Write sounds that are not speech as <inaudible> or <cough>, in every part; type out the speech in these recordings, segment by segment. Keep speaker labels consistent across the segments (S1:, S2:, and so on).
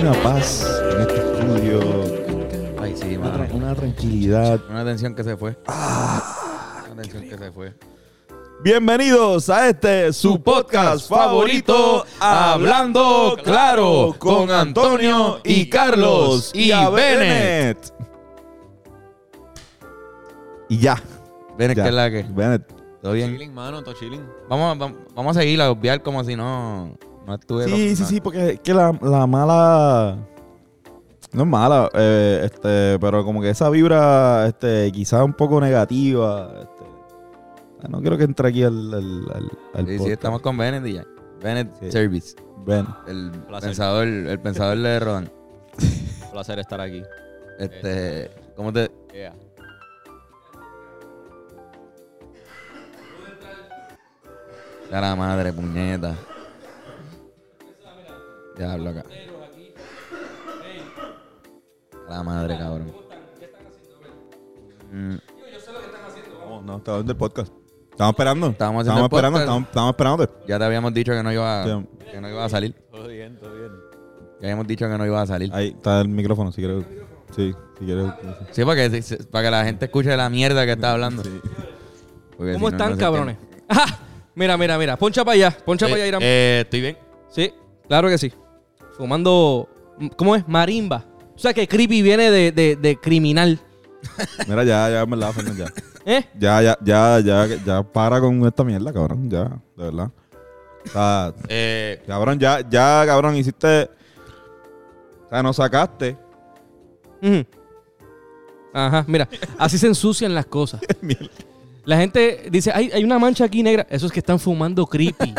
S1: una paz en este estudio,
S2: Ay, sí,
S1: una,
S2: mano.
S1: tra- una tranquilidad.
S2: Una atención que se fue.
S1: Ah,
S2: Una atención que se fue.
S1: Bienvenidos a este su podcast favorito, Hablando Claro, con Antonio y Carlos y a Bennett. Y ya.
S2: Ven,
S1: ya.
S2: que es la que.
S1: Bennett.
S2: Todo bien.
S3: Chilling, mano, todo chilling.
S2: Vamos, a- vam- vamos a seguir a obviar como si no, no estuve.
S1: Sí, sí, sí, porque es que la, la mala. No es mala, eh, este, pero como que esa vibra, este, quizás un poco negativa. este. Ah, no quiero que entre aquí al, al, al, al
S2: Sí, sí,
S1: podcast.
S2: estamos con Bennett y ya. Bennett
S1: Sí.
S2: Service.
S1: Ven.
S2: El
S3: Placer.
S2: pensador, el pensador de Ron.
S3: Un <laughs> placer estar aquí. Eh,
S2: Este. ¿Cómo te.?
S3: Yeah.
S2: Ya la madre, puñeta. Ya hablo acá. A La madre, cabrón.
S1: No,
S2: Mm,
S1: no, estamos en el podcast. Estamos esperando.
S2: Estamos
S1: estamos
S2: haciendo el podcast.
S1: esperando, estamos, estamos esperando.
S2: ya te habíamos dicho que no iba a,
S1: Sí.
S2: que no iba a salir.
S3: Todo bien, todo bien.
S2: Ya habíamos dicho que no iba a salir.
S1: Ahí está el micrófono, si quieres. Sí, si quieres. sí.
S2: Sí, para que, se- se- para que la gente escuche la mierda que está hablando.
S1: Sí.
S2: Porque
S4: ¿Cómo
S2: si no,
S4: están,
S2: no se
S4: cabrones?
S2: entiende.
S4: <laughs> ¡Ajá! Mira, mira, mira. Poncha para allá. Poncha para allá, Irán.
S3: Eh, estoy bien.
S4: Sí, claro que sí. Fumando. ¿Cómo es? Marimba. O sea que creepy viene de, de- de criminal.
S1: Mira, ya, ya, en verdad, Fernan, ya.
S4: ¿Eh?
S1: Ya, ya, ya, ya, ya para con esta mierda, cabrón. Ya, de verdad. Está,
S3: Eh,
S1: Cabrón, ya, ya, cabrón, hiciste. O sea, nos sacaste.
S4: Ujú. Ajá, mira. Así se ensucian las
S2: <laughs>
S4: cosas. La gente dice, hay, hay una mancha aquí negra. Eso es que están fumando creepy.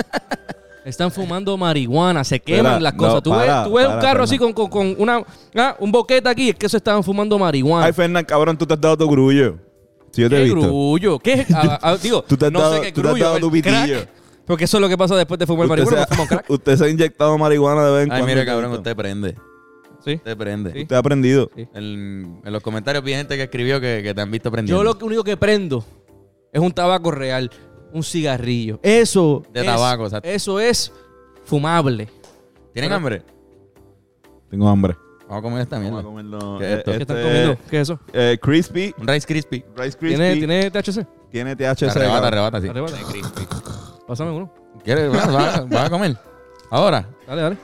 S4: Están fumando marihuana, se queman
S1: Mira,
S4: las cosas.
S1: no,
S4: tú,
S1: para,
S4: ves, tú ves un
S1: para,
S4: carro así con,
S1: Fernan.
S4: con, con una, ah, un boquete aquí, es que eso estaban fumando marihuana.
S1: Ay, Fernán, cabrón, tú te has dado tu grullo. Si yo te he
S4: Ah. ¿Qué
S1: visto. <laughs>
S4: grullo? ¿Qué? Ah, ah, digo,
S1: Tú te has
S4: no
S1: dado-
S4: sé qué
S1: tú te has
S4: grullo.
S1: dado
S4: el
S1: tu
S4: crack.
S1: pitillo.
S4: porque eso es lo que pasa después de fumar
S1: Usted,
S4: marihuana. uno
S1: se
S4: fuma un
S1: ha, <laughs>
S4: crack.
S1: usted se ha inyectado marihuana de vez en
S2: Ay,
S1: cuando.
S2: mire, cabrón, usted prende.
S4: Sí.
S2: Usted prende.
S4: Sí.
S1: Usted ha aprendido.
S4: Sí.
S2: En, en los comentarios vi gente que escribió que, que te han visto prendiendo.
S4: Yo lo que- único que prendo es un tabaco real, un cigarrillo. Eso.
S2: De
S4: es-
S2: tabaco, exacto.
S4: Eso es fumable.
S2: ¿Tienen hambre?
S1: Tengo hambre.
S2: Vamos a comer esta mierda.
S1: Vamos a comerlo.
S2: ¿Qué es
S1: Eh,
S2: esto?
S4: ¿Qué están
S1: este,
S4: comiendo? ¿Qué es eso?
S1: eh, crispy,
S2: Un Rice Crispy.
S1: Rice Crispy.
S4: ¿Tiene,
S1: Tiene,
S4: ¿Tiene THC?
S1: THC.
S2: arrebata,
S1: cabrón.
S2: arrebata, sí.
S4: Arrebata. Pásame uno. <laughs>
S2: ¿Quieres? ¿Vas vas- vas a comer? Ahora.
S4: Dale, dale.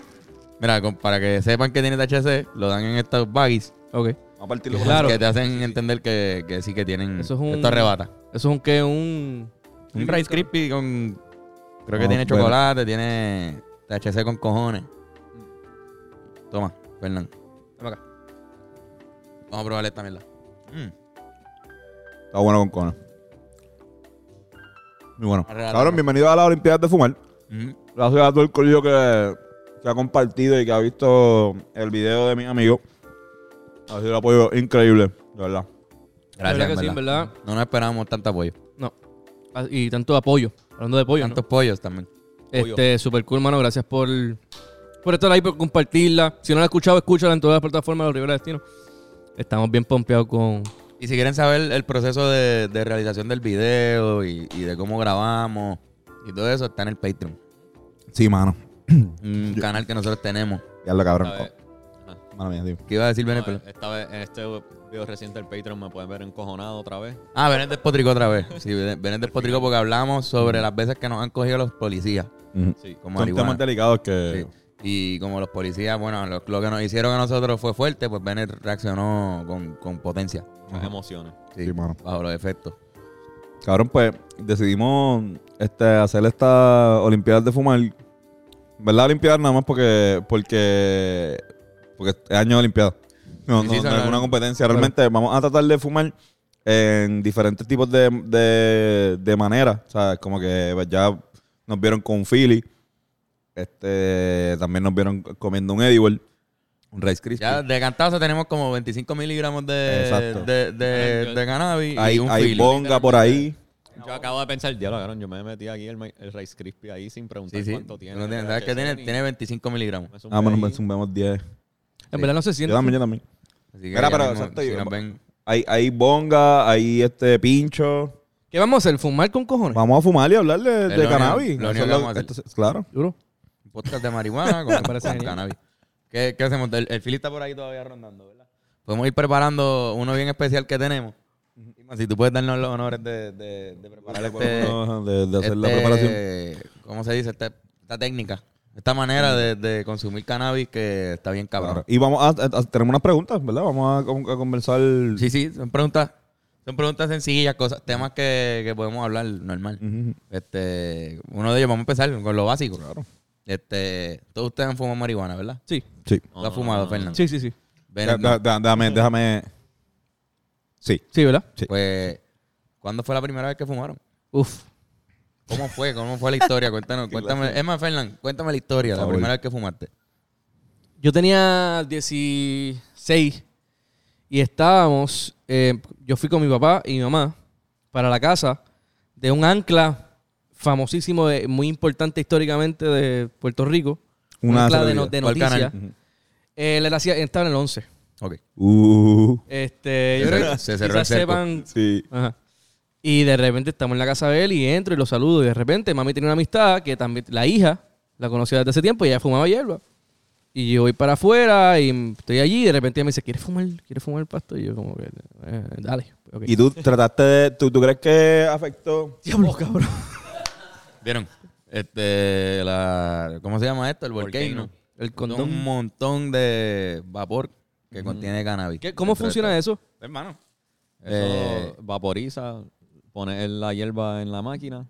S2: Mira, con- para que sepan que tiene THC, lo dan en estos baggies
S4: Ok.
S1: Vamos a partirlo.
S4: Claro.
S2: que te hacen entender que, que sí que tienen...
S4: Eso es un-
S2: Esto arrebata.
S4: Eso es un que un.
S2: Un Rice Crispy con... Creo que
S1: Ah,
S2: tiene
S1: bueno.
S2: chocolate, tiene THC con cojones. Toma, Fernando.
S4: Dame acá.
S2: Vamos a probar esta mierda. Mm.
S1: Está bueno con cono. Muy bueno.
S2: Arrebata.
S1: Cabrón, bienvenido a la Olimpiadas de Fumar.
S2: Mm.
S1: Gracias a todo el colegio que, que ha compartido y que ha visto el video de mis amigos. Ha sido un apoyo increíble, de verdad.
S2: Gracias,
S4: verdad que sí,
S2: en
S4: en verdad.
S2: No nos esperábamos tanto apoyo.
S4: No. Ah, Y tanto apoyo. Hablando de pollo. ¿no?
S2: Tantos pollos también.
S4: Este, super cool, mano. Gracias por, por estar ahí, por compartirla. Si no la has escuchado, escúchala en todas las plataformas de los Rivera Destino. Estamos bien pompeados con.
S2: Y si quieren saber el proceso de, de realización del video y, y de cómo grabamos y todo eso, está en el Patreon.
S1: Sí, mano.
S2: Un canal que nosotros tenemos.
S1: Ya lo cabrón.
S3: A ver. Ajá.
S1: Oh, mano mía, tío.
S2: ¿Qué iba a decir Benet?
S3: No, esta vez, en este video reciente del Patreon me pueden ver encojonado otra vez.
S2: Ah, Benet despotricó otra vez. Sí, Benet Benet despotricó porque hablamos sobre las veces que nos han cogido los policías
S1: Ujú.
S3: Sí.
S2: con
S1: Son temas
S2: marihuana.
S1: delicados que.
S2: Sí. Y como los policías, bueno, lo, lo que nos hicieron a nosotros fue fuerte, pues Benet reaccionó con, con potencia.
S3: Muchas emociones.
S2: Sí,
S1: Sí, mano.
S2: bajo los efectos.
S1: Cabrón, pues decidimos este, hacer esta Olimpiadas de Fumar. ¿Verdad? Olimpiadas nada más porque. Porque. Porque es año de Olimpiadas. No,
S2: Sí,
S1: no,
S2: sí,
S1: no
S2: son-
S1: es una competencia. Realmente vamos a tratar de fumar en diferentes tipos de, de, de maneras. O sea, como que pues, ya nos vieron con un Philly. Este, también nos vieron comiendo un Edible. Un Rice Krispie.
S2: Ya de cantazo tenemos como 25 miligramos de,
S1: Exacto.
S2: de, de, de cannabis y
S1: hay
S2: un
S1: hay
S2: Philly.
S1: bonga por ahí.
S3: Yo acabo de pensar, diablo, cabrón, yo me metí aquí el, ma- el Rice Crispy ahí sin preguntar
S2: Sí, sí.
S3: cuánto tiene.
S2: No tiene- ¿Sabes qué tiene?
S3: Ni-
S2: Tiene 25 miligramos.
S3: me zumbé
S1: Ah, bueno,
S3: ahí.
S1: nos zumbamos 10.
S4: En verdad no se
S1: Yo
S4: siente.
S1: también, yo también.
S2: Así que
S1: Mira,
S2: ya
S1: pero
S2: mismo,
S1: exacto,
S2: si
S1: yo-
S2: nos ven-
S1: Hay, hay bonga, hay este pincho.
S4: ¿Qué vamos a hacer? ¿Fumar con cojones?
S1: Vamos a fumar y hablar de,
S2: Es
S1: de
S2: lo
S1: cannabis.
S2: único-
S1: Eso
S2: lo único
S1: es
S2: que
S1: lo-
S2: vamos a hacer.
S1: esto es- claro.
S4: Duro.
S2: <laughs> un podcast de marihuana con,
S4: parece
S2: con
S4: genial.
S2: cannabis. ¿Qué, qué hacemos? El, el Philly está por ahí todavía rondando, ¿verdad? Podemos ir preparando uno bien especial que tenemos. Y más, Si tú puedes darnos los honores de, de- de preparar este,
S1: Ajá, de, de hacer la
S2: este-
S1: preparación.
S2: ¿Cómo se dice? Este- esta técnica. Esta manera de, de consumir cannabis que está bien cabrón.
S1: Claro. Y vamos a, a- a- tenemos unas preguntas, ¿verdad? Vamos a, con- a conversar.
S2: Sí, sí, son preguntas, son preguntas sencillas, cosas, temas que, que podemos hablar normal.
S1: Ujú.
S2: Este, uno de ellos, vamos a empezar con lo básico. Claro. Este, todos ustedes han fumado marihuana, ¿verdad?
S4: Sí,
S1: Sí.
S2: Lo ha fumado, Fernando.
S4: sí, sí, sí.
S2: Ven,
S1: Da-
S2: no.
S1: da- da- Dame, déjame. Sí.
S4: Sí, ¿verdad?
S1: sí.
S2: Pues, ¿cuándo fue la primera vez que fumaron?
S4: Uf.
S2: ¿Cómo fue? ¿Cómo fue la historia?
S1: <laughs>
S2: Cuéntanos, cuéntame. Es más, Fernán, cuéntame la historia, la
S1: Por favor.
S2: primera vez que fumaste.
S4: Yo tenía 16 y estábamos, eh, yo fui con mi papá y mi mamá para la casa de un ancla famosísimo, de- muy importante históricamente de Puerto Rico. Un
S1: Una
S4: ancla de,
S1: celebridad.
S4: no- de
S2: ¿Cuál
S4: noticias.
S2: canal?
S4: Eh, la hacía- estaba en el 11.
S2: Ok.
S1: Uh,
S4: Este, yo
S2: Se
S4: creo
S2: cer-
S4: que
S2: se cerró
S4: quizás
S2: el cerco.
S4: sepan
S1: sí.
S4: Ajá. Y de repente estamos en la casa de él y entro y lo saludo. Y de repente mami tiene una amistad que también la hija la conocía desde hace tiempo y ella fumaba hierba. Y yo voy para afuera y estoy allí y de repente ella me dice, ¿quieres fumar? ¿Quieres fumar el pasto? Y yo como que, "Eh, dale. ok".
S1: ¿Y tú trataste de. ¿Tú, tú crees que afectó?
S4: Diablo, Oh, cabrón.
S2: ¿Vieron? Este, la, ¿cómo se llama esto? El volcano.
S4: El
S2: Con un
S4: condón.
S2: montón de vapor que contiene cannabis.
S4: ¿Qué- ¿Cómo funciona eso?
S2: Hermano. Eh,
S3: Eso vaporiza, pone el- la hierba en la máquina,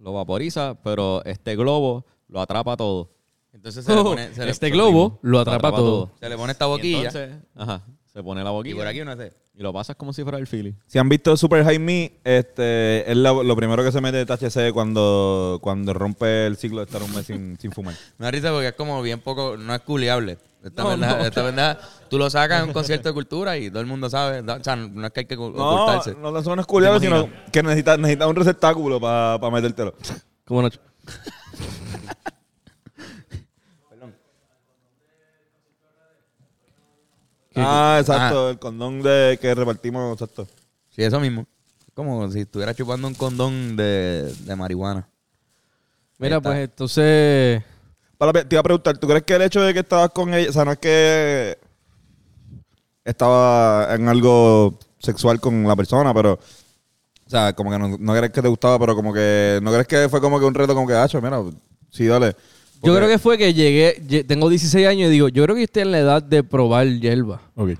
S3: lo vaporiza, pero este globo lo atrapa todo.
S2: entonces
S4: <laughs>
S2: se le pone, se le-
S4: este globo lo atrapa,
S3: atrapa
S4: todo.
S3: todo.
S2: se le pone esta
S3: Y
S2: boquilla.
S3: entonces, ajá, se pone la
S2: y
S3: boquilla.
S2: por aquí uno hace.
S3: y lo pasas como si fuera el Philly.
S1: Si han visto Super High Me, este, es lo, lo primero que se mete de THC cuando, cuando rompe el ciclo de estar un mes sin, sin fumar.
S2: Me da risa porque es como bien poco, no es culiable. Esta,
S4: No,
S2: pendeja-
S4: no.
S2: esta pendeja, tú lo sacas en un concierto de cultura y todo el mundo sabe. da- O sea, no es que hay que cu-
S1: No,
S2: ocultarse.
S1: no tan solo es culiado,
S2: ¿Te
S1: sino que necesitas necesita un receptáculo para metértelo.
S4: Como no.
S1: Ah, exacto, el condón de que repartimos, exacto.
S2: Sí, eso mismo. Es Como si estuviera chupando un condón de, de marihuana.
S4: Mira,
S2: está.
S4: pues entonces...
S1: Para, te iba a preguntar, ¿tú crees que el hecho de que estabas con ella, o sea, no es que estaba en algo sexual con la persona, pero, o sea, como que no, no crees que te gustaba, pero como que, no crees que fue como que un reto como que, hacho, mira, sí, dale.
S4: Yo creo que fue que llegué, lle- tengo 16 años y digo, yo creo que yo estoy en la edad de probar hierba.
S1: Ok.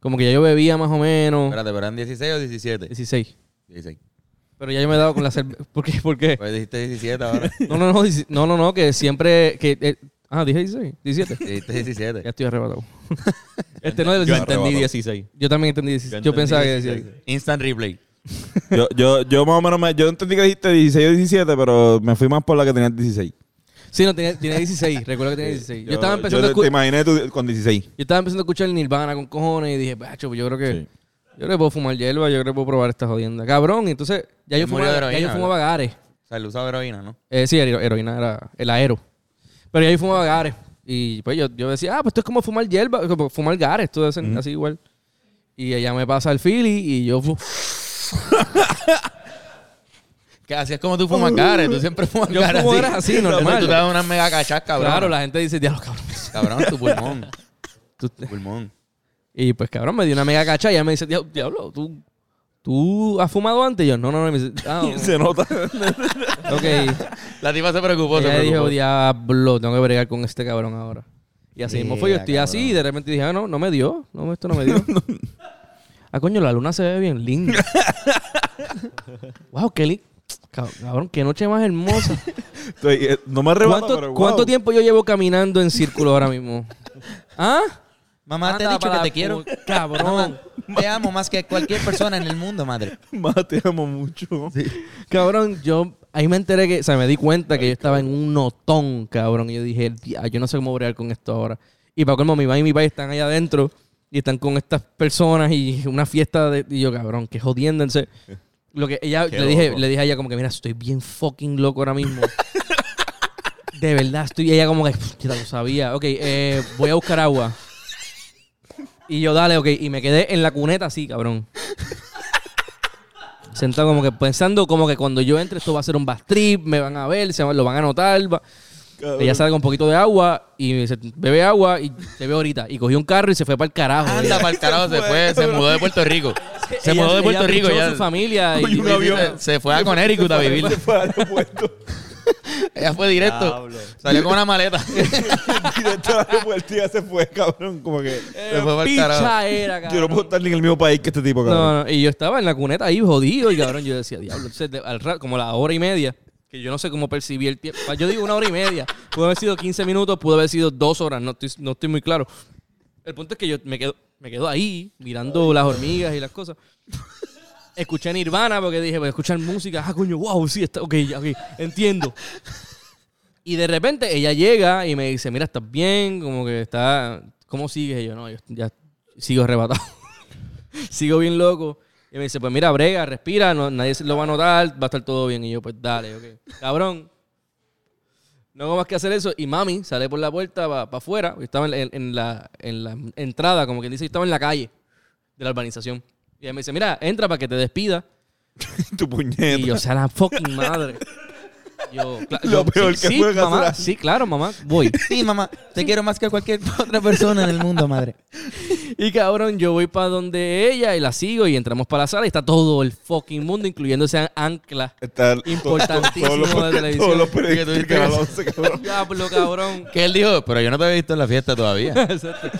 S4: Como que ya yo bebía más o menos.
S2: Espérate, pero eran 16 o 17.
S4: 16.
S2: 16.
S4: Pero ya yo me he dado con la cerveza. <laughs> ¿Por qué? ¿Por qué?
S2: Pues dijiste 17 ahora.
S4: No, no, no, dieci- no, no, no, que siempre. Que, eh, ah, dije 16, 17.
S2: Dijiste
S4: Ya
S2: 17.
S4: estoy arrebatado. <laughs> este no es del
S3: Yo
S4: 16.
S3: entendí
S1: Arrebatado.
S3: 16.
S4: Yo también entendí 16. Yo,
S3: entendí
S4: pensaba que
S3: 16.
S4: decía.
S2: <laughs> Instant replay.
S1: Yo, yo, yo más o menos, me- yo entendí que dijiste 16 o 17, pero me fui más por la que tenías 16.
S4: Sí, no, tenía, tenía 16. recuerdo que tenía 16. Yo, estaba empezando
S1: Eh, yo
S4: a
S1: te, te
S4: escuchar.
S1: imaginé tú con 16.
S4: Yo estaba empezando a escuchar Nirvana con cojones y dije, bacho, pues yo creo que.
S1: Sí.
S4: Yo creo que puedo fumar hierba, yo creo que puedo probar esta jodienda. Cabrón, y entonces ya yo
S2: Él murió de
S4: fumaba, ya yo
S2: heroína,
S4: fumaba gares.
S2: O sea, él usaba heroína, ¿no?
S4: Eh, sí, hero- heroína era el aero. Pero ahí fumaba gares. Y pues yo, yo decía, ah, pues esto es como fumar hierba, como fumar gares, todo eso, así igual. Y ella me pasa el Philly y yo. fu-
S2: <laughs> Que así es como tú fumas caras. Tú siempre fumas
S4: Yo
S2: caras
S4: fumo caras así, normal.
S2: pues, Tú te das una mega cachas, cabrón.
S4: Claro, la gente dice, diablo, cabrón. <laughs>
S2: Cabrón, tu pulmón.
S4: Tú-
S2: Tu pulmón.
S4: Y pues, cabrón, me dio una mega cacha y ella me dice, "Diablo, diablo, tú. ¿Tú has fumado antes? Y yo, no, no, no. Y me dice, ah,
S1: <laughs> Se nota.
S4: ok.
S2: La tipa se preocupó, se
S4: ella dijo,
S2: preocupó.
S4: diablo, tengo que bregar con este cabrón ahora. Y así mismo fue, yo
S2: Mira,
S4: estoy así
S2: cabrón.
S4: y de repente dije, ah, no, no me dio. No, esto no
S1: <laughs>
S4: me dio. Ah, coño, la luna se ve bien linda. wow, qué li- Cab- Cabrón, qué noche más
S1: <laughs>
S4: hermosa.
S1: Estoy, eh, no me arrebato,
S4: ¿Cuánto,
S1: pero wow.
S4: cuánto tiempo yo llevo caminando en círculo
S1: <laughs>
S4: ahora mismo? ¿Ah?
S2: Mamá, te he
S4: Anda
S2: dicho que
S4: para
S2: te
S4: cu-
S2: quiero.
S4: Cabrón.
S2: Mamá, te amo más que cualquier persona en el mundo, madre.
S1: Más te amo mucho.
S4: Cabrón, yo ahí me enteré que, o sea, me di cuenta que yo estaba en un notón, cabrón. Y yo dije, "Dia- yo no sé cómo bregar con esto ahora. Y para colmo, mi mamá y mi papá están allá adentro y están con estas personas y una fiesta de. Y yo, cabrón, que jodiéndense. Lo que ella
S3: Qué
S4: le dije,
S3: loco.
S4: le dije a ella como que, mira, estoy bien fucking loco ahora mismo. De verdad, estoy. y ella como que, "Pff, ya lo sabía. Ok, eh, voy a buscar agua. Y yo, dale, ok. Y me quedé en la cuneta así, cabrón. Sentado como que pensando como que cuando yo entre esto va a ser un bastrip, me van a ver, se va- lo van a notar. va- Ella sale con un poquito de agua y me dice, bebe agua y te veo ahorita. Y cogió un carro y se fue para el carajo.
S2: Anda para el carajo, se fue, se mudó de Puerto Rico. Se
S4: Ella-
S2: mudó de
S4: ella
S2: Puerto Rico.
S4: pichó
S2: ya-
S4: su familia. y-
S1: Cogió un avión.
S2: <laughs> Se, se fue a Connecticut a
S1: <laughs>
S2: vivir.
S1: Se fue al aeropuerto.
S2: Ella fue directo.
S1: Diablo.
S2: Salió con una maleta. Se
S1: Directo al aeropuerto y ya se fue, cabrón. Como que.
S2: fue para el carajo.
S4: Picha era, cabrón.
S1: Yo no puedo estar ni en el mismo país que este tipo, cabrón.
S4: No, no, y yo estaba en la cuneta ahí jodido y cabrón, yo decía, diablo, entonces, de- al ra- como la hora y media, que yo no sé cómo percibí el tiempo. Yo digo una hora y media, pudo haber sido 15 minutos, pudo haber sido dos horas, no estoy, no estoy muy claro. El punto es que yo me quedo, me quedo ahí mirando las hormigas y las cosas. Escuché Nirvana porque dije, voy a escuchar música. Ah, coño, wow, sí, está, ok, ya, ok, entiendo. Y de repente ella llega y me dice, mira, estás bien, como que está, ¿cómo sigues? Y yo, no, yo ya sigo arrebatado sigo bien loco. Y me dice, pues mira, brega, respira, no- nadie se lo va a notar, va a estar todo bien. Y yo, pues dale, ok. Cabrón. No hago más que hacer eso. Y mami sale por la puerta para afuera. Yo estaba en, en- en la, en la entrada, como quien dice, yo estaba en la calle de la urbanización. Y ella me dice, mira, entra para que te despida.
S1: <laughs> Tu puñeta.
S4: Y yo, o sea, la fucking
S1: <laughs>
S4: madre. Yo, cla-
S1: Lo
S4: yo,
S1: peor
S4: sí,
S1: que
S4: sí,
S1: puede hacer
S4: mamá,
S1: alguien.
S4: Sí, claro, mamá, voy.
S2: <laughs>
S1: <laughs>
S2: Sí, mamá, te quiero más que cualquier otra persona en el mundo, madre.
S4: Y cabrón, yo voy para donde ella y la sigo y entramos para la sala y está todo el fucking mundo, incluyendo ese ancla.
S1: Está
S4: Importantísimo
S1: todo- todo- todo-
S4: de televisión.
S1: Todos los
S2: Que tú
S1: periodistas del
S2: dices-
S1: Canal 11, cabrón.
S4: Diablo, cabrón.
S2: Que él dijo, pero yo no te había visto en la fiesta todavía.
S4: <laughs> Exacto.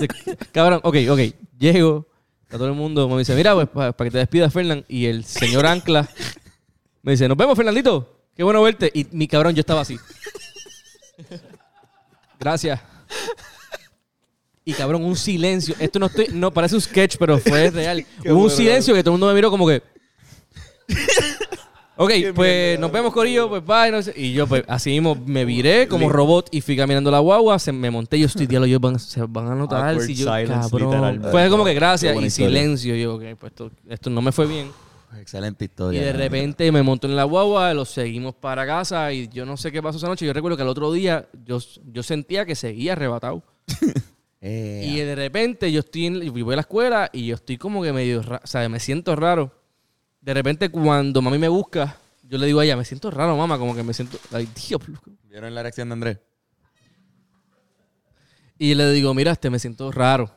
S4: <laughs> cabrón, ok, ok. Llego, a todo el mundo me dice, mira, pues para que te despidas, Fernán. Y el señor Ancla me dice, nos vemos, Fernandito. Qué bueno verte. Y mi cabrón, yo estaba así. Gracias. Y cabrón, un silencio. Esto no estoy, no, parece un sketch, pero fue real.
S1: <laughs> Qué
S4: Hubo un
S1: bueno,
S4: silencio que todo el mundo me miró como que. Ok,
S1: Qué
S4: pues
S1: mierda.
S4: nos vemos, Corillo, pues bye. no sé. Y yo, pues así mismo, me viré como robot y fui caminando la guagua, se me monté. Yo estoy diablo, ellos van, se van a notar.
S3: Awkward
S4: Si yo,
S3: silence,
S4: cabrón.
S3: literalmente.
S4: Fue como que gracias
S3: Qué
S4: y
S3: buena historia.
S4: silencio. Yo, ok, pues esto, esto no me fue bien.
S2: Pues, Excelente
S4: Y
S3: Oh,
S2: historia.
S4: de repente me monto en la guagua, lo seguimos para casa y yo no sé qué pasó esa noche. Yo recuerdo que al otro día yo, yo sentía que seguía arrebatado.
S2: Eh,
S4: Y de repente yo estoy en, yo voy a la escuela y yo estoy como que medio, ra- o sea, me siento raro. De repente cuando mami me busca, yo le digo a ella, me siento raro, mamá, como que me siento, ay, Dios.
S2: ¿Vieron la reacción de Andrés?
S4: Y le digo, mira, este, me siento raro.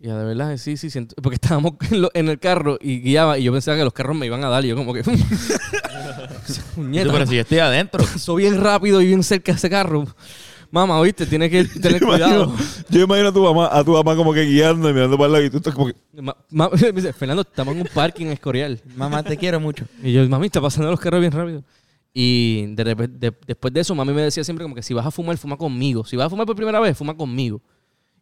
S4: Y ella, de verdad, sí, sí, siento, porque estábamos en, lo- en el carro y guiaba y yo pensaba que los carros me iban a dar y yo como que... <laughs>
S2: Y tú,
S4: Puñeta,
S2: pero si yo estoy adentro.
S4: pasó bien rápido y bien cerca ese carro. Mamá, oíste, tienes que
S1: <laughs>
S4: tener
S1: Yo imagino-
S4: <laughs> cuidado.
S1: Yo imagino a tu mamá, a tu mamá como que guiando y mirando para el lado y tú estás como que.
S4: Ma- ma- <laughs> me dice, Fernando, estamos en un parking en Escorial.
S2: Mamá, te quiero mucho.
S4: Y yo, mami, está pasando los carros bien rápido. Y de repe- de- después de eso, mami me decía siempre como que si vas a fumar, fuma conmigo. Si vas a fumar por primera vez, fuma conmigo.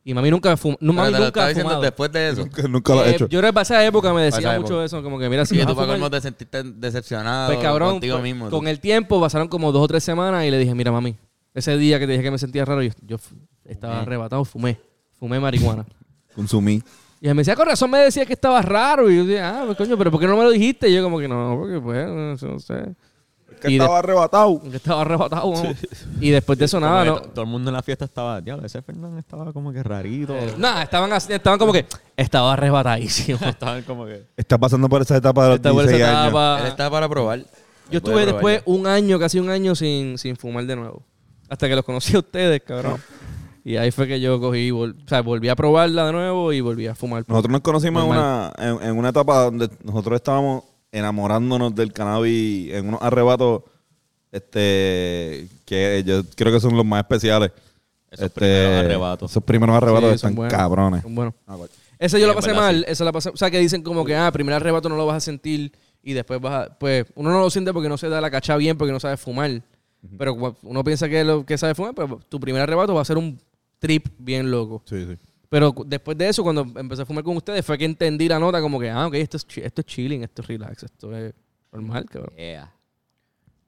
S4: Y mami nunca fuma. No,
S2: Pero
S4: mami
S2: te lo
S4: nunca
S2: estaba
S4: ha
S2: diciendo
S4: fumado.
S2: después de eso.
S1: Nunca, nunca lo he
S4: Eh,
S1: hecho.
S4: yo creo que para esa época me
S2: esa
S4: decía mucho
S2: época.
S4: eso, como que mira, si
S2: Y
S4: vas a
S2: tú para
S4: fumar,
S2: colmo te sentiste decepcionado
S4: pues cabrón,
S2: contigo
S4: pues,
S2: mismo.
S4: con el tiempo pasaron como dos o tres semanas y le dije, mira mami, ese día que te dije que me sentía raro, yo, yo fu- estaba
S2: Fumé.
S4: arrebatado, fumé, fumé marihuana.
S1: Consumí.
S4: Y ella me decía, "Ah, con razón me decía que estaba raro. Y yo decía, ah, pues coño, pero ¿por qué no me lo dijiste? Y yo como que no, porque pues, no sé, no sé.
S1: Que
S4: Y de-
S1: estaba arrebatado.
S4: Que estaba arrebatado, vamos. Y después de eso,
S3: Como
S4: nada,
S3: que
S4: no.
S3: to- Todo el mundo en la fiesta estaba, diablo, ese Fernán estaba como que rarito.
S4: Eh, Nada, estaban, así- estaban como que. Estaba arrebatadísimo.
S3: Estaban como que...
S1: Está pasando por esa etapa de los
S4: Estaba en
S1: 16
S4: esa
S1: años.
S4: etapa.
S2: Él estaba para probar.
S4: Yo
S2: Él puede
S4: estuve
S2: probar
S4: después un año, casi un año, sin, sin fumar de nuevo. Hasta que los conocí a ustedes, cabrón. Y ahí fue que yo cogí, y vol- o sea, volví a probarla de nuevo y volví a fumar.
S1: Nosotros nos conocimos en una,
S4: Normal.
S1: en, en una etapa donde nosotros estábamos enamorándonos del cannabis en unos arrebatos este que yo creo que son los más especiales. Este,
S3: Esos primeros arrebatos.
S1: Esos primeros arrebatos
S4: Sí, son
S1: están
S4: buenos.
S1: cabrones.
S4: Bueno,
S1: Ah, bueno.
S4: esa yo
S3: Sí,
S4: la
S3: en
S4: pasé
S3: verdad,
S4: mal, esa la pasé. O sea, que dicen como que, ah, primer arrebato no lo vas a sentir y después vas a. Pues uno no lo siente porque no se da la cacha bien, porque no sabe fumar. Pero cua- uno piensa que, lo, que sabe fumar, pero tu primer arrebato va a ser un trip bien loco.
S1: Sí, sí.
S4: Pero cu- después de eso, cuando empecé a fumar con ustedes, fue que entendí la nota como que, ah, ok, esto es, chi- esto es chilling, esto es relax, esto es normal, cabrón.
S3: Yeah.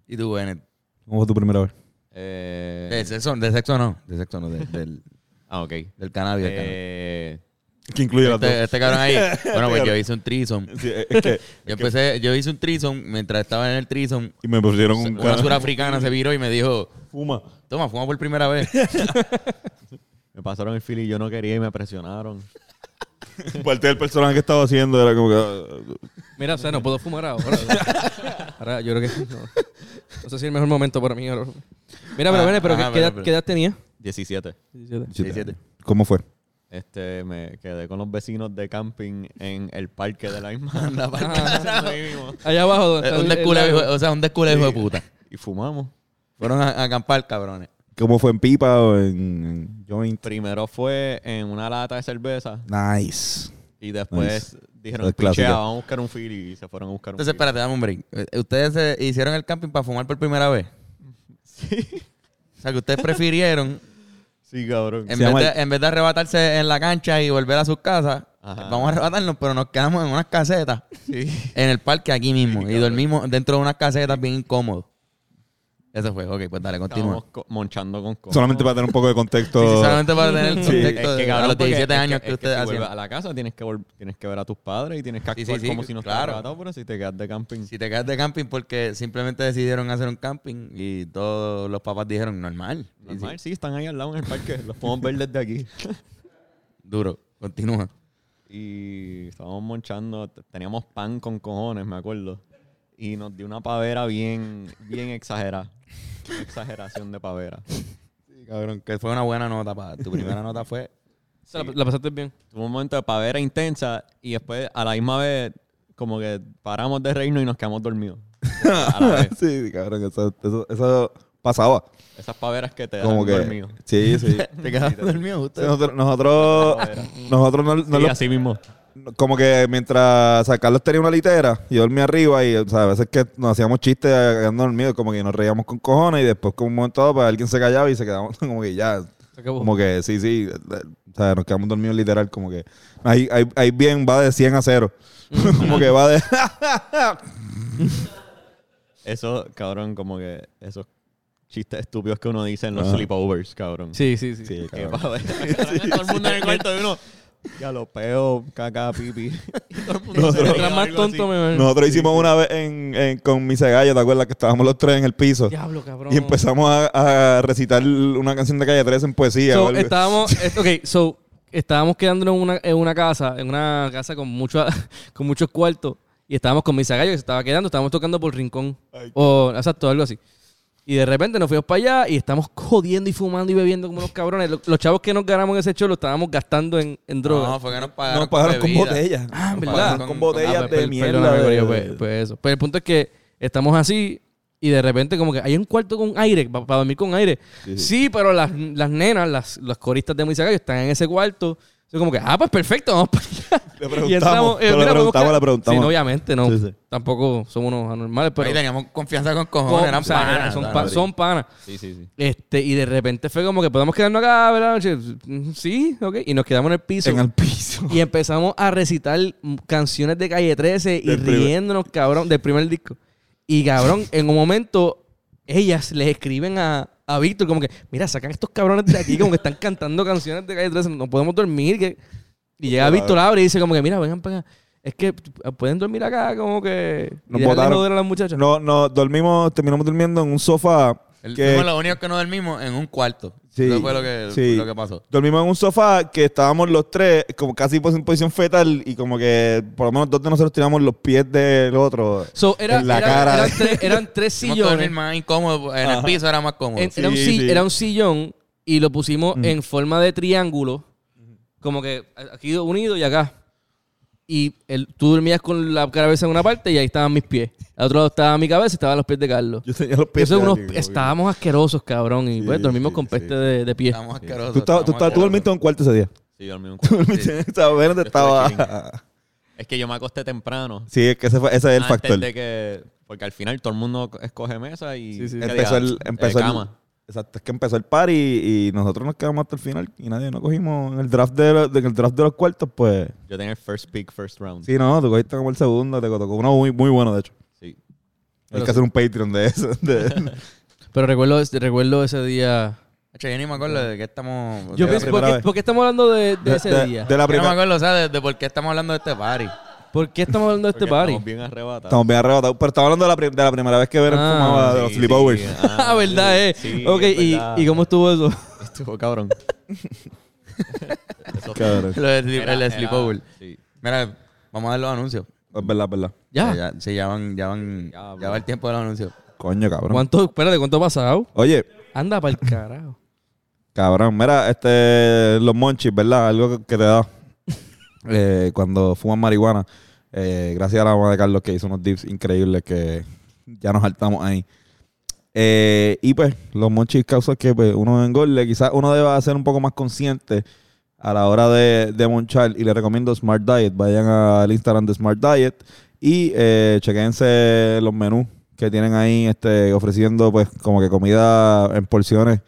S2: Y tú, Bennett.
S1: ¿Cómo fue tu primera vez?
S3: Eh,
S2: De sexo, de sexo no. De sexo no. de- del,
S3: ah, ok.
S2: del cannabis. del cannabis.
S3: Eh,
S1: Que incluye las
S2: Este,
S1: dos.
S2: este cabrón ahí. Bueno, pues yo hice un trison.
S1: Sí, es que-
S2: Yo empecé, yo hice un trison mientras estaba en el trison.
S1: y me pusieron un
S2: Una
S1: can-
S2: surafricana se viró y me dijo,
S1: Fuma.
S2: toma, fuma por primera vez. <laughs>
S3: me pasaron el feel y yo no quería y me presionaron.
S1: Parte del personaje que estaba haciendo era como que.
S4: Mira, o sea, no puedo <laughs> fumar ahora. ahora yo creo que no. No sé si es el mejor momento para mí. ahora. Mira, pero,
S2: Ah,
S4: ven, pero
S2: ajá,
S4: ¿qué, qué edad,
S2: pero-
S4: qué edad tenía?
S3: 17.
S1: Sí,
S2: 17.
S1: ¿Cómo fue?
S3: Este, me quedé con los vecinos de camping en el parque de la <laughs> Irmanda.
S4: Allá abajo. donde
S2: Eh,
S4: está
S2: Un
S4: el- el
S2: descule,
S4: lago.
S2: o sea, un descule hijo de puta.
S3: y fumamos.
S2: Fueron a, a acampar, cabrones.
S1: ¿Cómo fue en pipa o en, en joint?
S3: Primero fue en una lata de cerveza
S1: Nice.
S3: y después
S1: La
S3: dijeron,
S1: clásica.
S3: pichea, vamos a buscar un fili y se fueron a buscar un
S2: Entonces,
S3: fili.
S2: espérate, dame un break. Eh, ¿Ustedes eh, hicieron el camping para fumar por primera vez? O sea, que
S3: <laughs>
S2: ustedes prefirieron,
S3: Sí, cabrón.
S2: en,
S1: Se
S2: vez
S1: llama
S2: de, en vez de arrebatarse en la cancha y volver a sus casas,
S3: Ajá.
S2: vamos a arrebatarnos, pero nos quedamos en unas casetas
S3: Sí.
S2: en el parque aquí mismo y dormimos dentro de unas casetas bien incómodos. Eso fue, ok, pues dale, continúa.
S3: Estábamos co- monchando con cosas.
S1: Solamente para tener un poco de contexto.
S2: Sí, sí, solamente
S3: <laughs>
S2: para tener el
S1: Sí.
S3: Es
S2: contexto
S3: que,
S2: de-
S3: cabrón,
S2: a los
S3: porque
S2: 17
S3: es
S2: años que,
S3: es
S2: ustedes
S3: si vuelves
S2: hacían.
S3: a la casa tienes que, vol- tienes que ver a tus padres y tienes que
S2: Sí,
S3: actuar
S2: sí, sí,
S3: como si no estuvieras
S2: claro.
S3: arrebatado, pero si te quedas de camping.
S2: Si te quedas de camping porque simplemente decidieron hacer un camping y todos los papás dijeron normal. Y
S3: Normal,
S2: sí,
S3: sí, están ahí al lado en el parque. Los podemos ver desde aquí. <laughs>
S2: duro, continúa.
S3: Y estábamos monchando. t- Teníamos pan con cojones, me acuerdo. Y nos dio una pavera bien, bien exagerada. Una exageración de pavera.
S2: cabrón, que fue una buena nota para tu primera nota fue
S4: <laughs> O sea, la, la pasaste bien.
S3: Tuvo un momento de pavera intensa y después a la misma vez como que paramos de reírnos y nos quedamos
S2: <laughs>
S3: dormidos. A la vez.
S1: <laughs> sí, cabrón, eso, eso, eso pasaba.
S3: Esas paveras que te dan
S1: Como que.
S3: dormido.
S1: Sí, sí.
S2: te quedaste dormido
S1: Sí, Nosotros, nosotros, nosotros no, no
S3: Sí,
S1: lo-
S3: así mismo.
S1: como que mientras o sea, Carlos tenía una litera, yo dormía arriba y o sea, a veces que nos hacíamos chistes eh, quedando dormidos, como que nos reíamos con cojones y después como un momento dado, pues alguien se callaba y se quedamos <laughs> como que ya,
S4: Se acabó.
S1: como que sí, sí, eh, o sea, nos quedamos dormidos literal, como que ahí, ahí, ahí bien va de 100 a 0, <laughs> como que va de...
S3: Eso, cabrón, como que esos chistes estúpidos que uno dice en los
S1: Ajá.
S3: sleepovers, cabrón.
S4: Sí, sí,
S1: <laughs>
S4: sí.
S1: Sí,
S3: Que <laughs>
S1: cabrón.
S3: pa' ver, todo el mundo en el cuarto de uno. Ya lo peo, caca, pipi. Y todo el mundo se ríe
S1: Nosotros-
S4: Mientras
S3: o
S4: más
S3: algo
S4: tonto
S3: así.
S4: me
S1: Nosotros hicimos una vez en, en- con mi cegallo, ¿te acuerdas? Que estábamos los tres en el piso
S4: Diablo, cabrón.
S1: y empezamos a, a recitar una canción de Calle 13 en poesía. o
S4: So,
S1: algo.
S4: estábamos, eh, ok, so, estábamos quedándonos en una, en una casa, en una casa con, mucho, <laughs> con muchos cuartos, y estábamos con mis agallos que se estaba quedando, estábamos tocando por rincón, o exacto, algo así. Y de repente nos fuimos para allá y estamos jodiendo y fumando y bebiendo como unos cabrones. Lo- Los, chavos que nos ganamos en ese show los estábamos gastando en, en drogas.
S2: No, fue que nos pagaron,
S1: Nos pagaron con
S2: bebida.
S1: botellas.
S4: Ah,
S1: Nos
S4: ¿verdad?
S1: pagaron
S2: Con-
S1: Con
S4: Ah,
S1: botellas
S4: pues,
S1: de
S4: per- perdóname,
S1: mierda. de-
S4: Corillo, pues, pues eso. Pero el punto es que estamos así y de repente como que hay un cuarto con aire, para dormir con aire. Sí,
S1: Sí, sí.
S4: pero las, las nenas, las, las coristas de Moisés Gallo están en ese cuarto. Entonces como que, ah, pues perfecto, vamos para allá.
S1: <laughs> Le
S4: Y
S1: preguntamos,
S4: entramos, eh,
S1: pero
S4: mira,
S1: le
S4: podemos
S1: preguntamos,
S4: quedar-
S1: le preguntamos.
S4: Sí, no, obviamente, no.
S1: Sí, sí.
S4: Tampoco somos unos anormales, pero...
S2: Ahí teníamos confianza con
S4: co-
S2: cojones, eran
S4: o sea,
S2: panas.
S4: son,
S2: ¿sabes?
S4: pa- son panas.
S3: <laughs> Sí, sí, sí.
S4: Este, y de repente fue como que podemos quedarnos acá, ¿verdad? Yo, Sí, ok. Y nos quedamos en el piso.
S1: en el piso.
S4: Y empezamos a recitar m- canciones de Calle 13 y
S1: Del primer-
S4: riéndonos, cabrón, del primer disco. Y cabrón, en un momento, ellas les escriben a, a Víctor como que, mira, sacan estos cabrones de aquí, como que están cantando canciones de Calle 13, no podemos dormir. que-". Y llega Víctor, abre y dice como que, mira, vengan para acá. Es que pueden dormir acá, como que...
S1: Nos
S4: y dejarle
S1: botaron.
S4: joder a las muchachas.
S1: No, no, dormimos, terminamos durmiendo en un sofá.
S2: El-
S1: que-
S2: Fuimos los únicos que no dormimos en un cuarto.
S1: Sí,
S2: Eso fue lo que,
S1: sí.
S2: lo que pasó.
S1: Dormimos en un sofá que estábamos los tres, como casi pues en posición fetal, y como que por lo menos dos de nosotros tiramos los pies del otro.
S4: So, era,
S1: en la
S4: era-
S1: cara.
S4: eran, tres, eran tres
S2: Hicimos todo
S4: sillones.
S2: dormir más incómodo, en el piso era más cómodo.
S4: En- era, un
S1: Sí,
S4: si-
S1: sí.
S4: era un sillón y lo pusimos en forma de triángulo, como que aquí unido y acá. Y el- tú dormías con la cabeza en una parte y ahí estaban mis pies. Al otro lado estaba mi cabeza y estaban los pies de Carlos.
S1: Yo tenía los pies.
S4: Eso
S1: de
S4: unos,
S1: alguien, como
S4: estábamos asquerosos, cabrón. Y
S1: Sí,
S4: pues dormimos
S1: sí,
S4: con
S1: sí.
S4: peste de, de pie.
S2: Estábamos
S1: que-
S2: asquerosos.
S1: Tú, estabas- tú,
S2: estábamos
S1: estabas- tú dormiste en un cuarto ese día.
S3: Sí, dormí en un cuarto.
S1: <laughs> Dormiste, o sea, obviamente
S3: Yo
S1: estaba...
S3: estuve Es que yo me acosté temprano.
S1: Sí, es que ese, fue, ese es el
S3: antes
S1: factor.
S3: de que... Porque al final todo el mundo escoge mesa y...
S4: Sí, sí.
S3: que
S1: Empezó
S3: diga,
S1: el... Empezó
S3: eh,
S1: el-
S3: cama.
S1: Exacto, es que empezó el party y, y nosotros nos quedamos hasta el final y nadie, no cogimos en el draft de, lo- en el draft de los cuartos, pues...
S3: Yo tenía el first pick, first round.
S1: Sí, no, tú cogiste como el segundo, te tocó uno muy, muy bueno, de hecho.
S3: Sí.
S1: Hay
S4: Pero
S1: que hacer un Patreon de eso. de-
S4: Pero recuerdo, es- recuerdo ese día.
S2: Che, yo ni me acuerdo de qué estamos...
S4: Yo
S1: la
S2: de-
S4: pienso,
S1: primera
S4: ¿por qué,
S1: vez.
S4: por qué estamos hablando de, de
S1: de-
S4: ese
S1: de-
S4: día?
S1: de la
S2: yo no me
S1: primera.
S2: acuerdo, o sea, de, de por qué estamos hablando de este party. <laughs>
S4: ¿Por qué estamos hablando de este
S3: Porque
S4: party?
S3: Estamos bien arrebatados.
S1: Estamos bien arrebatados. Pero estaba hablando de la, pri- de la primera vez que Beren
S4: Ah.
S1: fumaba de los
S3: Sí,
S1: sleepovers.
S3: sí,
S4: <laughs>
S1: <laughs>
S4: Ah, verdad, eh.
S3: sí,
S4: ok,
S3: es
S4: y-
S3: verdad.
S4: ¿y cómo estuvo eso?
S3: Estuvo cabrón. Eso fue-
S1: Cabrón.
S2: Lo del-
S3: Era-
S2: el
S3: era-
S2: sleepover.
S3: sí.
S2: Mira, vamos a dar los anuncios.
S1: Es verdad, es verdad.
S4: Ya.
S2: Sí, ya, sí, ya van, ya van,
S3: Ya,
S2: ya va el tiempo de los anuncios.
S1: Coño, cabrón.
S4: ¿Cuánto, espérate, cuánto ha pasado?
S1: Oye,
S4: Anda para el carajo.
S1: cabrón, mira, este, los monchis, ¿verdad? Algo que te da eh, cuando fuman marihuana. Eh, gracias a la mamá de Carlos que hizo unos dips increíbles que ya nos saltamos ahí. Eh, y pues, los monchis causan que pues, uno engorde. Quizás uno deba ser un poco más consciente a la hora de, de monchar. Y les recomiendo Smart Diet. Vayan al Instagram de Smart Diet y eh, chequense los menús que tienen ahí este, ofreciendo pues como que comida en porciones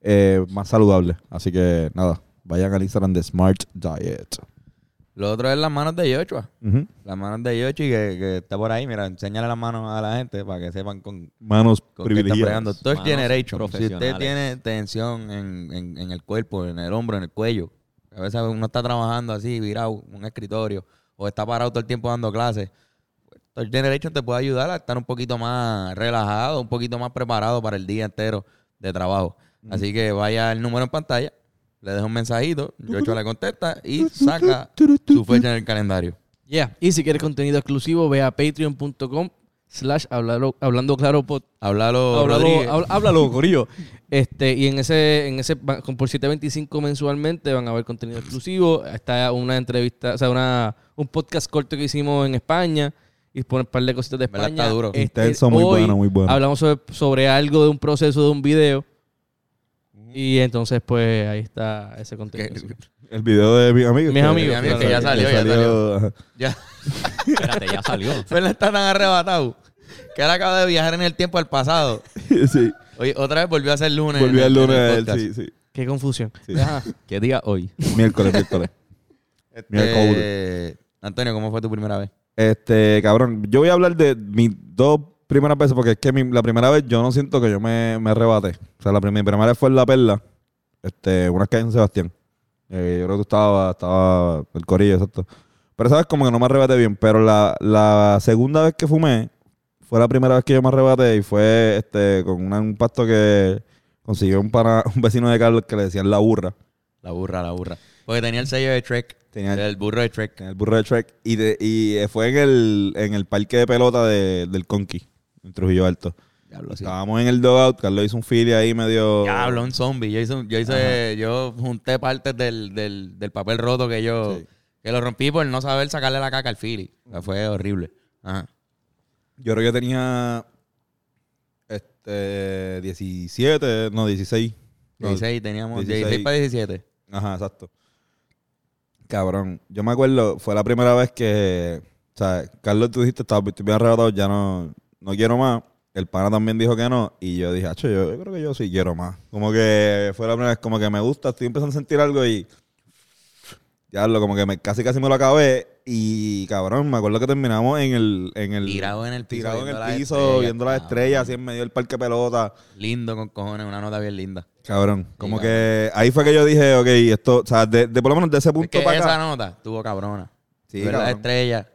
S1: eh, más saludables. Así que nada, vayan al Instagram de Smart Diet.
S2: Lo otro es las manos de Yochua.
S1: Ujú.
S2: Las manos de Yochi que, que está por ahí. Mira, enséñale las manos a la gente para que sepan con,
S1: Manos
S2: con qué está pregando.
S1: privilegiadas. Este,
S2: Touch
S3: Manos
S2: Generation. Si usted
S3: profesionales.
S2: tiene tensión en, en- en el cuerpo, en el hombro, en el cuello, a veces uno está trabajando así, virado, en un escritorio, o está parado todo el tiempo dando clases. Touch Generation te puede ayudar a estar un poquito más relajado, un poquito más preparado para el día entero de trabajo. Así que vaya al número en pantalla, le deja un mensajito, Yocho le contesta y saca su fecha en el calendario.
S4: Yeah. Y si quieres contenido exclusivo, ve a patreon.com slash hablalo- hablando claro pod.
S2: Háblalo, Rodríguez. <laughs>
S4: Háblalo, hab- háblalo, Corillo. Este, y en ese, en ese, va- con por 725 mensualmente van a haber contenido exclusivo. Está una entrevista, o sea, una, un podcast corto que hicimos en España. Y poner un par de cositas de
S2: ¿Verdad?
S4: España. Este,
S2: Está duro.
S1: Intenso, muy
S4: hoy
S1: bueno, muy bueno.
S4: Hablamos sobre, sobre algo de un proceso de un video. Y entonces, pues, ahí está ese contenido.
S2: Que-
S4: exclusivo.
S1: El video de mis amigos.
S4: Mis
S1: que-
S4: amigos,
S1: que-
S4: que ya
S2: salió, ya salió.
S1: ajá.
S2: Ya.
S3: Espérate, ya salió.
S2: Fernan está tan arrebatado que él acaba de viajar en el tiempo al pasado.
S1: <laughs> sí,
S2: Oye, otra vez volvió a ser lunes.
S1: volví
S2: en
S1: al
S2: el- en
S1: lunes
S2: el
S1: a él,
S2: podcast.
S1: sí, sí.
S4: Qué confusión.
S1: Sí.
S4: Ajá.
S3: ¿Qué día hoy?
S1: Miércoles, miércoles.
S2: Eh, Este, Antonio, ¿cómo fue tu primera vez?
S1: Este, cabrón, yo voy a hablar de mis dos primeras veces, porque es que mi- la primera vez yo no siento que yo me, me arrebate. O sea, la prim- mi primera vez fue en La Perla, este, una calle en Sebastián. Eh, yo creo que tú estabas, estaba el corillo, exacto. Pero sabes, como que no me arrebaté bien, pero la, la segunda vez que fumé fue la primera vez que yo me arrebaté y fue este, con una- un pasto que consiguió un, pana- <laughs> un vecino de Carlos que le decían la burra.
S2: La burra, la burra. Porque tenía el sello de Trek.
S1: Tenía el-
S2: el burro de Trek.
S1: En el burro de Trek. Y, de- y eh, fue en el, en el parque de pelota de- del Conqui, en Trujillo Alto.
S2: Diablo, sí.
S1: Estábamos en el dogout, Carlos hizo un fili ahí medio.
S2: Diablo, un zombie. Yo hice, un- yo, hice, yo junté partes del, del, del papel roto que yo
S1: Sí.
S2: que lo rompí por no saber sacarle la caca al Philly. O sea, fue horrible. Ajá.
S1: Yo creo que tenía este 17, no, 16. No,
S2: 16, teníamos
S1: 16.
S2: 16 para 17.
S1: Ajá, exacto. Cabrón, yo me acuerdo, fue la primera vez que, o sea, Carlos, tú dijiste, estaba estoy bien arrebatado, ya no, no quiero más. El pana también dijo que no. Y yo dije, hacho, yo, yo creo que yo sí quiero más. Como que fue la primera vez, como que me gusta, estoy empezando a sentir algo y. Diablo, como que me, casi casi me lo acabé. Y cabrón, me acuerdo que terminamos en el. En el
S2: Tirado en el piso.
S1: tirado en el
S2: viendo las
S1: piso,
S2: estrellas,
S1: viendo las
S2: cabrón.
S1: estrellas, así en medio del parque pelota.
S2: Lindo con cojones, una nota bien linda.
S1: Cabrón, como
S2: cabrón.
S1: que ahí fue que yo dije, ok, esto, o sea, de, de por lo menos de ese punto
S2: Es que
S1: para acá.
S2: esa nota estuvo cabrona.
S1: Sí,
S2: Ver
S1: cabrón.
S2: las estrellas.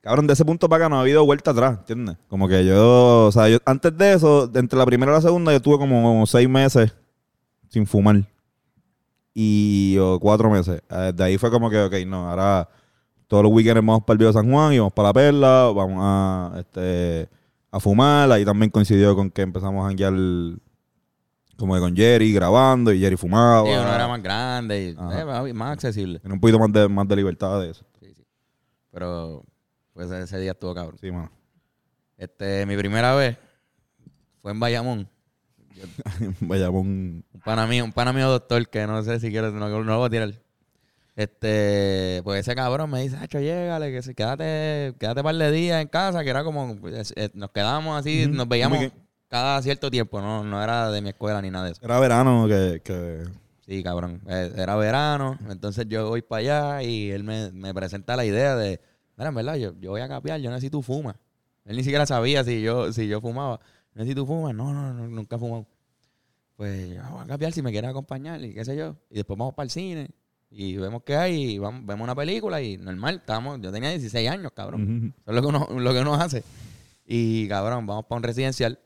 S1: Cabrón, de ese punto para acá no ha habido vuelta atrás, ¿entiendes? Como que yo, o sea, yo, antes de eso, de entre la primera y la segunda, yo tuve como seis meses sin fumar. Y o cuatro meses. Eh, De ahí fue como que, ok, no, ahora todos los weekends vamos para el Vío de San Juan, íbamos para la perla, vamos a, este, a fumar. Ahí también coincidió con que empezamos a janguear como que con Jerry grabando y Jerry fumaba.
S2: Sí, uno era más grande y
S1: Ajá.
S2: eh, más- más accesible.
S1: Era un poquito más de, más de libertad de eso.
S2: Sí, sí. Pero pues ese día estuvo cabrón.
S1: Sí, mano.
S2: Este, mi primera vez fue en Bayamón.
S1: <laughs> Bayamón.
S2: Un pana mío, un pana mío doctor que no sé si quiero, no, no lo voy a tirar. Este, pues ese cabrón me dice, Hacho, llégale, que se, quédate, quédate par de días en casa, que era como, pues, eh, nos quedábamos así, nos veíamos
S1: Muy bien.
S2: cada cierto tiempo, no, no era de mi escuela ni nada de eso.
S1: Era verano que- que
S2: Sí, cabrón. Eh, Era verano, entonces yo voy para allá y él me, me presenta la idea de, mira, en verdad, yo, yo voy a capear, yo no sé si tú fumas. Él ni siquiera sabía si yo, si yo fumaba. No sé si tú fumas, no, no, no, nunca he fumado. Pues yo voy a capear si me quieres acompañar y qué sé yo. Y después vamos para el cine y vemos qué hay y vamos, vemos una película y normal, estamos, yo tenía 16 años, cabrón.
S1: Ujú.
S2: Eso es lo que uno, <laughs> lo que uno hace. Y cabrón, vamos para un residencial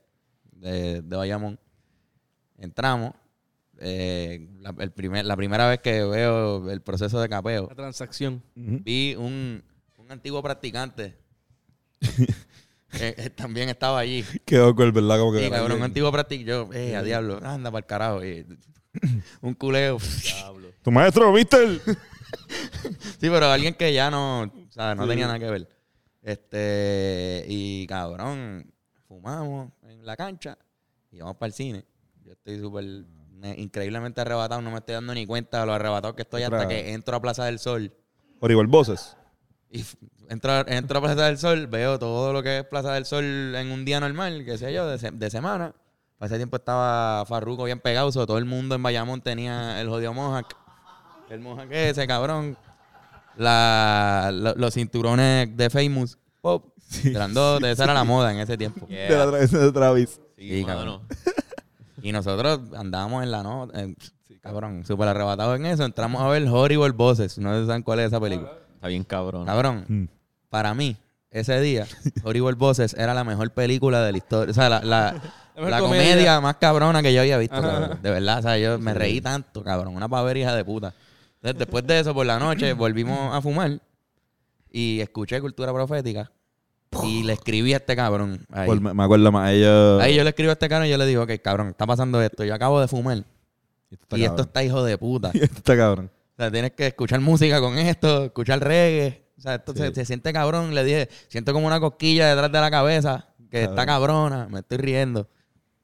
S2: de, de Bayamón. Entramos. eh, la, el primer, la primera vez que veo el proceso de capeo,
S4: La transacción.
S1: Ujú.
S2: vi un, un antiguo practicante eh, eh, también estaba allí.
S1: Qué awkward, ¿verdad? Como que
S2: Y cabrón, un antiguo práctico, yo, eh, a diablo, anda para el carajo. eh. <laughs> un culeo. sí,
S1: Tu maestro, Mister.
S2: pero alguien que ya no, o sea, no tenía nada que ver. Este, y cabrón, fumamos en la cancha y vamos para el cine. Yo estoy súper me- increíblemente arrebatado, no me estoy dando ni cuenta de lo arrebatado que estoy hasta
S1: Otra-
S2: que entro a Plaza del Sol.
S1: Oribol Voces.
S2: Y f- entro, a- entro a Plaza del Sol, veo todo lo que es Plaza del Sol en un día normal, qué sé yo, de, se- de semana. Para ese tiempo estaba Farruko bien pegado, so, todo el mundo en Bayamón tenía el jodido Mohawk. El Mohawk ese, cabrón. La, lo- los cinturones de Famous
S1: <laughs>
S2: Pop, grandote, esa era la moda en ese tiempo.
S1: De la travesa de Travis.
S3: Sí,
S2: Sí,
S3: mano.
S2: Y nosotros andábamos en la nota, eh, cabrón, súper arrebatados en eso. Entramos a ver Horrible Bosses, no sé si saben cuál es esa película.
S3: Está bien cabrón.
S2: Cabrón,
S1: Mm.
S2: para mí,
S1: <laughs>
S2: ese día, Horrible Bosses era la mejor película de la historia. O sea, la, la-
S4: La mejor
S2: la
S4: comedia.
S2: comedia. más cabrona que yo había visto,
S4: Ajá,
S2: cabrón. De verdad, o sea, yo me reí tanto, cabrón. Una paverija de puta. Entonces, después de eso, por
S1: <laughs>
S2: la noche, volvimos a fumar y escuché Cultura Profética y le escribí a este cabrón. ahí.
S1: Por- me me acuerdo más. Ellos.
S2: Ahí yo le escribo a este cabrón y yo le digo, ok, cabrón, está pasando esto. Yo acabo de fumar
S1: Está
S2: y esto
S1: cabrón. <laughs>
S2: está hijo de puta.
S1: Esto está cabrón.
S2: O sea, tienes que escuchar música con esto, escuchar reggae. O sea, esto se, se siente cabrón. Le dije, siento como una cosquilla detrás de la cabeza, que está cabrona, me estoy riendo.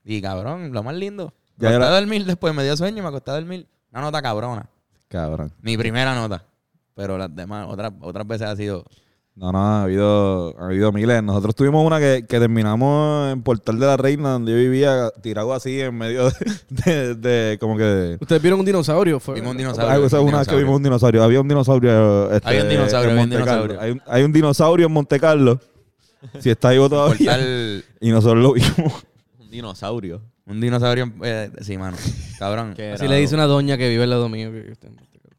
S2: Y cabrón, lo más lindo. Me
S1: Ya
S2: acosté
S1: era-
S2: a dormir después, me dio sueño y me acosté a dormir. Una nota cabrona.
S1: Cabrón.
S2: Mi primera nota. Pero las demás, otras, otras veces ha sido.
S1: No, no, ha habido, ha habido miles. Nosotros tuvimos una que, que terminamos en Portal de la Reina, donde yo vivía tirado así en medio <laughs> de, de- de- como que... de-
S4: Ustedes vieron un dinosaurio. Fue...
S2: Vimos un
S1: Ah,
S2: dinosaurio.
S1: esa es
S2: un
S1: una vez que
S2: dinosaurio.
S1: vimos un dinosaurio. Había un dinosaurio. este,
S2: Había un dinosaurio,
S1: en
S2: había un
S1: Monte Carlo.
S2: dinosaurio.
S1: Hay un, hay un dinosaurio en Monte Carlo. si está vivo todavía.
S2: <laughs> Portal-
S1: Y nosotros lo vimos. <laughs>
S3: Un dinosaurio.
S2: Un dinosaurio. eh, sí, mano. Cabrón.
S3: ¿Qué
S4: Así
S3: era?
S4: le dice una doña que vive al lado mío. que-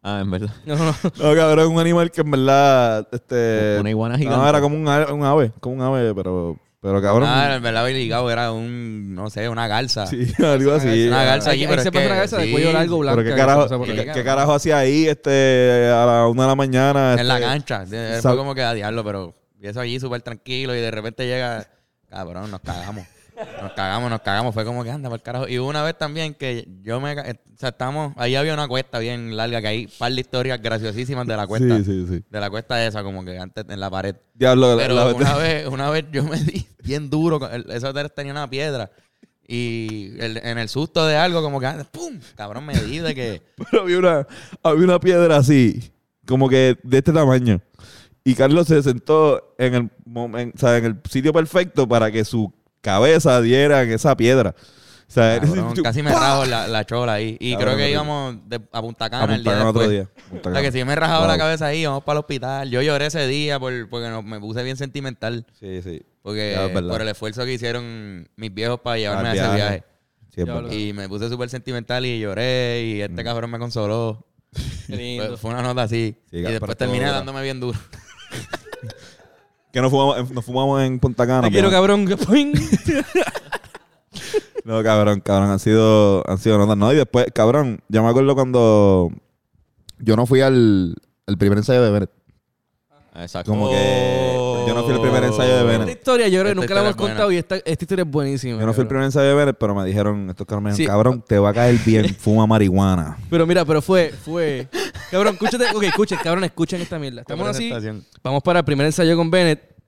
S3: Ah, en verdad.
S4: No, no.
S1: No, cabrón, un animal que en verdad. Este,
S3: Una iguana gigante.
S1: No, era como un, a- un ave. Como un ave, pero. Pero cabrón.
S2: Ah, en verdad, Billy Gao era un, no sé, una
S1: <laughs>
S2: galsa.
S1: sí, algo así.
S2: una
S1: Ah,
S2: garza allí,
S4: Ahí- ahí
S2: pero
S4: se
S2: es
S4: pasa
S2: que-
S4: una cabeza de
S2: sí,
S4: cuello largo blanco.
S1: Pero qué carajo, qué, qué carajo hacía ahí este, a la una de la mañana.
S2: en la
S1: este?
S2: cancha. Eh, Fue
S1: sab-
S2: como que a diablo, pero y eso allí súper tranquilo y de repente llega, cabrón, nos cagamos. Nos cagamos, nos cagamos. Fue como que anda por carajo. Y hubo una vez también que yo me. ca- eh, O sea, estamos. Ahí había una cuesta bien larga que hay un par de historias graciosísimas de la cuesta.
S1: Sí, sí, sí.
S2: De la cuesta esa, como que antes en la pared.
S1: Diablo, la-
S2: Pero
S1: la- <laughs>
S2: una vez, una vez yo me di bien duro. con el- Esa hotel tenía una piedra. Y el- en el susto de algo, como que, ah, ¡pum! Cabrón, me di de que.
S1: Pero había una, había una piedra así, como que de este tamaño. Y Carlos se sentó en el, momen- o sea, en el sitio perfecto para que su cabeza diera en esa piedra. O sea,
S2: Ah, cabrón,
S1: yo-
S2: casi me
S1: ¡pah!
S2: rajo la, la chola ahí. Y
S1: Cabrón,
S2: creo que
S1: horrible.
S2: íbamos de- a Punta Cana
S1: A
S2: el día
S1: Ah, Punta Cana otro
S2: después.
S1: día. Punta
S2: O sea, que
S1: Cana.
S2: si me he rajado la
S1: Wow.
S2: cabeza ahí, vamos para el hospital. Yo lloré ese día por- porque no- me puse bien sentimental.
S1: Sí, sí.
S2: Porque
S1: Ya, es verdad.
S2: por el esfuerzo que hicieron mis viejos para llevarme
S1: Al
S2: a
S1: viaje.
S2: ese viaje.
S1: Sí, es
S4: Ya
S1: verdad.
S2: Y me puse súper sentimental y lloré. Y
S1: Mm.
S2: este cabrón me consoló.
S4: Qué
S2: Fue,
S4: lindo.
S2: fue una nota así.
S1: Sí,
S2: y
S1: pero
S2: después
S1: estuvo
S2: terminé
S1: dura.
S2: dándome bien duro. <laughs>
S1: Que nos fumamos, en- nos fumamos en Punta Cana.
S4: Te quiero,
S1: pero-
S4: cabrón.
S2: <laughs>
S4: Puing.
S1: No, cabrón, cabrón, han sido, han sido notas. No, y después, cabrón, yo me acuerdo cuando yo no fui al el primer ensayo de Bennett.
S3: Exacto.
S1: Como que yo no fui al primer ensayo de
S4: Esta
S1: Bennett.
S4: historia yo creo
S2: Esta
S4: que nunca
S2: historia
S4: la hemos
S2: es buena.
S4: contado y esta, esta historia es buenísima.
S1: Yo no fui
S4: cabrón.
S1: al primer ensayo de Bennett, pero me dijeron, estos cabrones me dijeron,
S4: Sí.
S1: cabrón, te va a caer bien, fuma marihuana.
S4: Pero mira, pero fue, fue. Cabrón, escúchate. Ok, escuchen, cabrón, escuchen esta mierda. Estamos así. Vamos para el primer ensayo con Bennett.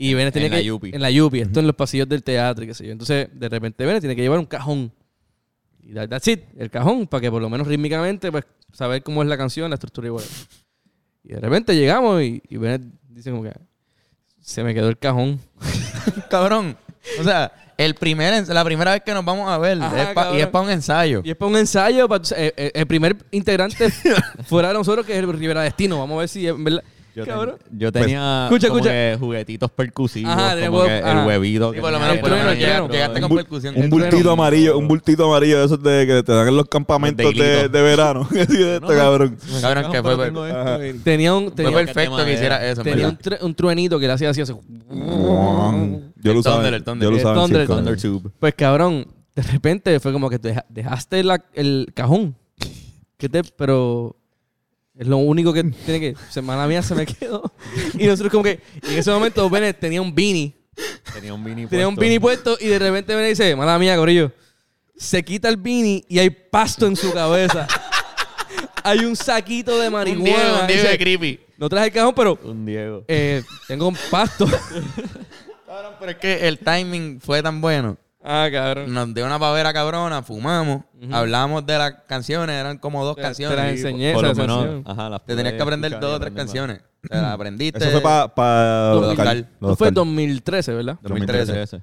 S4: Y Bennett tiene
S3: En la
S4: que.
S3: Yupi.
S4: En la Yupi. Esto en los pasillos del teatro, y qué sé yo. Entonces, de repente Bennett tiene que llevar un cajón. Y that- that's it, el cajón, para que por lo menos rítmicamente, pues, saber cómo es la canción, la estructura y whatever. Y de repente llegamos y, y Bennett dice como que. Se me quedó el cajón.
S2: Cabrón. O sea, el primer, ens- la primera vez que nos vamos a ver.
S4: Ajá,
S2: es pa- y
S4: cabrón.
S2: es para un ensayo.
S4: Y es para un ensayo, para, eh, eh, el primer
S3: <laughs>
S4: integrante fuera de nosotros, que es el Rivera Destino. Vamos a ver si es verdad.
S3: Yo, ten-
S4: Cabrón.
S3: yo tenía
S4: Pues, escucha,
S3: como
S4: escucha.
S3: que juguetitos percusivos,
S4: Ajá, de
S3: como
S4: huevo,
S3: que
S4: ajá.
S3: el huevito.
S2: Sí,
S3: que
S2: por lo
S3: tenía
S2: menos, por lo
S3: dentro
S2: menos
S4: lleno,
S2: llega-
S4: lleno.
S2: llegaste con
S1: bu-
S2: percusión.
S1: un bultito amarillo, un bultito amarillo de esos de que te dan en los campamentos
S3: Los de
S1: de,
S3: hilito.
S1: de verano. <laughs> Así de esto, cabrón.
S2: Cabrón, que fue,
S3: Pero tengo
S2: fue
S3: esto
S1: Ajá.
S3: en-
S4: Tenía un, tenía,
S2: perfecto
S3: Qué
S2: que hiciera
S3: madera.
S2: eso. en
S4: tenía un,
S2: verdad.
S4: tru- un truenito que le hacía así. así.
S1: Yo lo
S2: El
S1: usaba.
S2: Thunder, el Thunder.
S1: Yo lo
S4: El
S1: usaba en
S4: Thunder, el
S1: circo.
S4: Thunder Pues cabrón, de repente fue como que deja- dejaste la- el cajón. Que te, pero es lo único que tiene que. Semana mía se me quedó. Y nosotros como que. y en ese momento Bennett tenía un beanie.
S3: Tenía un beanie
S4: Tenía un beanie puesto y de repente me dice, mala mía, gorillo. Se quita el beanie y hay pasto en su cabeza. hay un saquito de
S5: Un Diego,
S4: marihuana.
S5: un Diego
S4: Dice,
S5: de creepy.
S4: no traje el cajón, pero
S3: Un Diego.
S4: eh, tengo un pasto.
S2: Cabrón, pero es que el timing fue tan bueno.
S4: ah, cabrón.
S2: Nos dio una pavera cabrona, fumamos, hablamos de las canciones, eran como dos
S4: Te-
S2: canciones.
S4: te las
S2: y-
S4: enseñé.
S3: Por
S4: esa
S3: lo menos,
S4: sensación.
S3: ajá, las
S2: Te tenías que
S3: pude
S2: aprender
S3: escuchar
S2: dos
S3: y
S2: o tres
S3: aprender más.
S2: canciones. Te las aprendiste.
S1: Eso fue para...
S4: Lo de
S2: Oscar.
S4: Eso fue 2013, ¿verdad?
S2: 2013.
S3: 2013.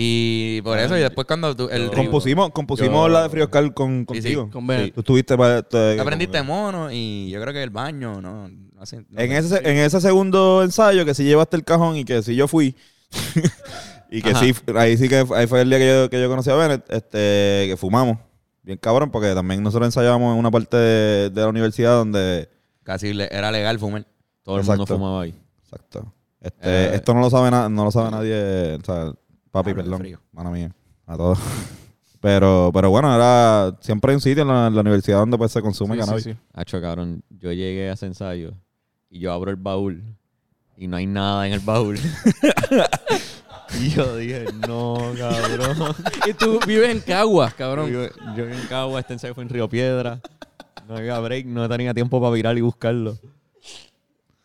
S2: Y por eso, y después cuando tú, el
S1: Compusimos, compusimos
S3: Yo-
S1: la de Frío Oscar con,
S2: Sí, sí,
S1: contigo.
S4: Con Bert.
S1: Tú estuviste para... te-
S2: aprendiste mono y yo creo que el baño, ¿no? no sé, no
S1: En
S2: sé.
S1: ese, en ese segundo ensayo que sí llevaste el cajón y que sí yo fui. <laughs> y que
S2: Ajá.
S1: sí, ahí sí que ahí fue el día que yo, que yo conocí a Bennett, este, que fumamos. Bien cabrón, porque también nosotros ensayábamos en una parte de, de la universidad donde.
S2: Casi le- era legal fumar.
S3: Todo el
S1: Exacto.
S3: mundo fumaba ahí.
S1: Exacto. Este,
S2: Eh,
S1: esto no lo sabe na- no lo sabe nadie. o sea, papi,
S2: Hablo de
S1: perdón.
S2: frío.
S1: Mano mía. A todos. <laughs> pero, pero bueno, era siempre hay un sitio en la, en la universidad donde pues se consume
S4: Sí, sí,
S1: cannabis.
S4: sí.
S3: Hacho, cabrón, yo llegué a ese ensayo y yo abro el baúl y no hay nada en el baúl. <laughs> y yo dije, no, cabrón.
S4: Y tú vives en Caguas, cabrón.
S3: Yo, yo en Cagua, este ensayo fue en Río Piedra. No había break, no tenía tiempo para virar y buscarlo.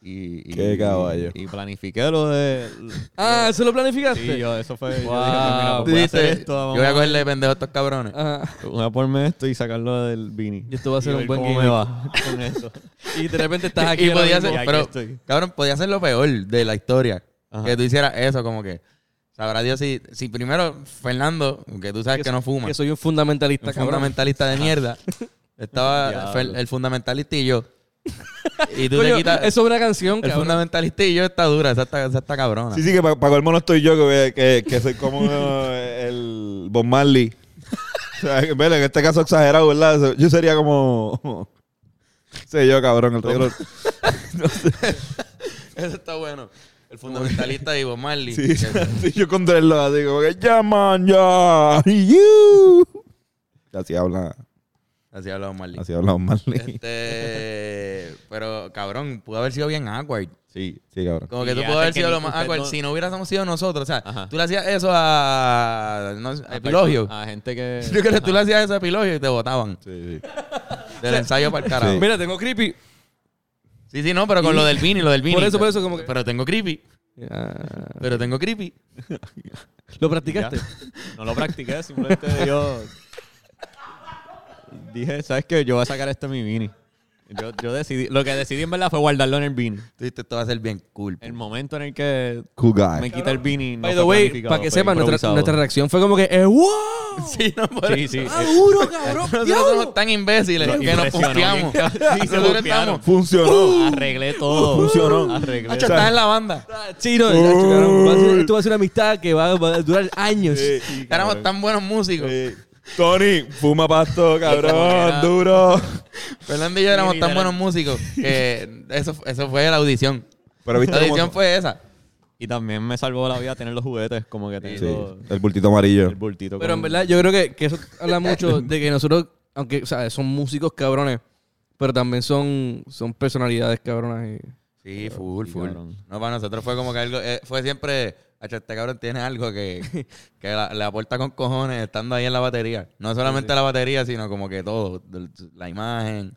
S3: Y, y-
S1: Qué caballo.
S3: Y planifiqué lo de...
S4: Ah, ¿eso lo planificaste?
S2: <laughs>
S3: Sí, yo, eso fue... Yo
S4: Wow.
S3: dije, pues, mira,
S4: Tú
S3: pues voy a hacer
S2: Dice,
S3: esto,
S2: yo
S3: vamos
S2: voy a cogerle de pendejo a estos cabrones.
S4: Ajá.
S3: Voy a ponerme esto y sacarlo del Vini.
S4: Y esto va a
S3: Y
S4: ser un
S3: ver
S4: buen
S3: ¿Cómo
S4: gimmick.
S3: me va con eso?
S4: Y de repente estás
S2: <laughs>
S4: aquí.
S2: y
S4: ahora
S2: podía
S4: mismo.
S2: ser,
S3: Y aquí
S2: pero,
S3: estoy.
S2: cabrón, podía ser lo peor de la historia.
S3: Ajá.
S2: Que tú hicieras eso, como que. Sabrá Dios si, si primero Fernando, que tú sabes que, no fuma,
S4: Que soy un fundamentalista,
S2: un
S4: cabrón.
S2: fundamentalista de mierda. <laughs> Estaba
S3: Diablo.
S2: Fer- el fundamentalista y yo. Y tú te
S4: Coño,
S2: quitas.
S4: Eso es una canción,
S2: el
S4: cabrón.
S2: fundamentalista y yo está dura, esa está, esa está cabrona.
S1: Sí, sí, que para pa colmo no estoy yo, que, que, que soy <laughs> como eh, el Bob Marley. O sea, que, bueno, en este caso exagerado, ¿verdad? Yo sería como... <laughs> Sé yo, cabrón, el regalo.
S2: Eso <laughs> está bueno. El fundamentalista y Bob Marley.
S1: Sí, <laughs> sí, yo con dreadlock, así como que llaman ya. You. Así habla,
S2: Así hablaba Bob Marley.
S1: así habla Bob Marley.
S2: Este, pero cabrón, pudo haber sido bien awkward.
S3: Sí.
S1: Sí, cabrón.
S2: Como que
S3: Y
S2: tú
S3: ya
S2: pudo haber
S3: sé que
S2: sido
S3: ni-
S2: lo más
S3: usted
S2: awkward
S3: no-
S2: si no hubiéramos sido nosotros. O sea,
S3: Ajá.
S2: tú le hacías eso a, no sé, a Epilogio. <laughs>
S3: A Ah. gente que...
S2: Yo creo que tú le hacías eso a Epilogio y te botaban.
S1: Sí, sí.
S2: Del ensayo para el carajo.
S4: Mira, tengo creepy.
S2: Sí, sí, no, pero con lo del Vini, lo del Vini.
S4: Por eso, por eso, como que-
S2: Pero tengo creepy. Pero tengo creepy.
S4: ¿Lo practicaste?
S3: <laughs> No lo practiqué, simplemente yo... Dije, ¿sabes qué? Yo voy a sacar esto de mi Vini. Yo, yo decidí... Lo que decidí en verdad fue guardarlo en el Vini.
S2: Tú dijiste, esto va a ser bien cool.
S3: El momento en el que
S1: Cool
S3: me
S1: guy.
S3: quita el Vini no
S4: By the
S3: fue
S4: way,
S3: planificado,
S4: para que
S3: fue
S4: sepan, nuestra,
S3: improvisado.
S4: nuestra reacción fue como que eh, ¡Wow!
S2: <laughs> Sí, no, por
S3: Sí, sí.
S4: <laughs> ¡Ah,
S3: eh,
S4: duro, cabrón!
S2: Nosotros
S4: ¡Diablo!
S2: somos tan imbéciles
S3: Nos
S2: que nos
S3: impresionó,
S2: confiamos.
S3: bien, cabrón. Sí, se
S2: Nosotros
S3: bufiaron.
S2: estamos.
S1: Funcionó.
S3: Arreglé
S4: Uh,
S3: todo.
S1: Funcionó.
S3: Arreglé
S2: Nacho, estás en la banda.
S4: Ah, Chino, ya, cabrón, va a ser- esto va a ser una amistad que va, va a durar años.
S1: Sí,
S2: Éramos tan buenos músicos.
S1: sí. Tony, fuma pasto, cabrón, duro.
S2: Fernando y yo éramos tan
S3: literal.
S2: buenos músicos que eso, eso fue la audición.
S1: Pero
S2: La
S1: viste
S2: audición
S1: cómo...
S2: fue esa.
S3: Y también me salvó la vida tener los juguetes, como que
S1: Sí,
S3: tengo
S1: el bultito amarillo.
S3: el bultito.
S4: Pero
S3: con-
S4: en verdad, yo creo que, que eso habla mucho de que nosotros, aunque o sea, son músicos cabrones, pero también son, son personalidades cabronas. y-
S2: Sí, full,
S3: sí,
S2: full.
S3: cabrón.
S2: No, para nosotros fue como que algo. eh, fue siempre. "Acho, Este cabrón tiene algo
S4: <laughs>
S2: que, que la- le aporta con cojones estando ahí en la batería. No solamente la batería, sino como que todo. del- La imagen,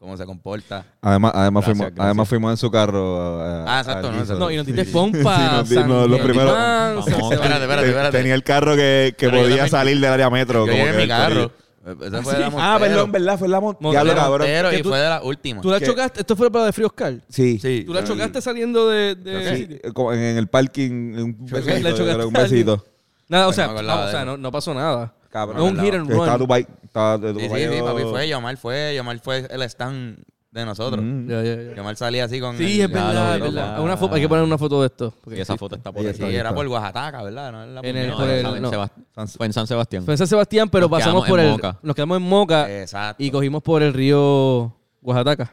S2: cómo se comporta.
S1: Además, además,
S3: Gracias,
S1: fuimos,
S3: gracias.
S1: además fuimos en su carro. a-
S2: Ah, exacto,
S1: al
S2: no,
S1: Rizzo.
S2: exacto.
S4: No, y nos diste
S1: <laughs> Sí, sí.
S4: pompa.
S1: Sí, nos di-
S4: San-
S1: no, lo
S4: San
S1: primero-
S4: Juan,
S3: Vamos,
S4: San Sebastián.
S2: Espérate, espérate, espérate.
S1: Tenía el carro que, que
S2: Pero yo
S1: podía
S2: también-
S1: salir del área metro. como
S2: Yo llegué en
S1: que
S2: mi
S1: del
S2: carro.
S1: corillo.
S2: Esa fue de la
S1: Ah,
S2: Montero.
S1: perdón, ¿verdad? Fue la mon-
S4: Montero,
S1: Diablo, cabrón.
S2: Montero
S4: Que
S2: y
S4: tú-
S2: fue de la última.
S4: Tú la
S1: ¿Qué?
S4: chocaste, esto fue para de Frío Oscar.
S1: Sí.
S2: Sí.
S4: Tú la chocaste saliendo de. de-
S1: Sí, como en, en el parking. Un
S2: Choqué.
S1: besito.
S4: Le
S1: yo creo,
S4: chocaste
S1: un besito.
S4: Nada, o
S2: Bueno,
S4: sea,
S2: me acordaba
S4: vamos, o sea,
S2: de
S4: no, no pasó nada.
S1: Cabrón.
S4: no un hit and
S1: Estaba
S4: run.
S1: Dubai. Estaba de
S2: Sí, sí,
S1: Dubai.
S2: sí, papi fue. Yomar fue. Yomar fue el stand de nosotros.
S1: Mm.
S4: Ya, ya, ya.
S2: Yomar salía así con.
S4: Sí,
S2: el-
S4: es verdad, es
S2: el-
S4: verdad. Una foto- hay que poner una foto de esto.
S3: Y
S4: porque
S3: esa
S4: sí.
S3: foto está por
S1: Ahí
S3: ahí.
S2: Sí,
S1: está, ahí
S2: era
S1: está.
S2: por Oaxaca, ¿verdad? No, la
S4: En el-
S2: Montero.
S4: por el-
S3: en San
S4: no.
S3: Sebast- Fue en San Sebastián.
S4: Fue en San Sebastián, pero
S3: Nos
S4: pasamos
S3: quedamos
S4: por
S3: en
S4: el.
S3: Moca.
S4: Nos quedamos en Moca
S2: Exacto.
S4: y cogimos por el río Oaxaca.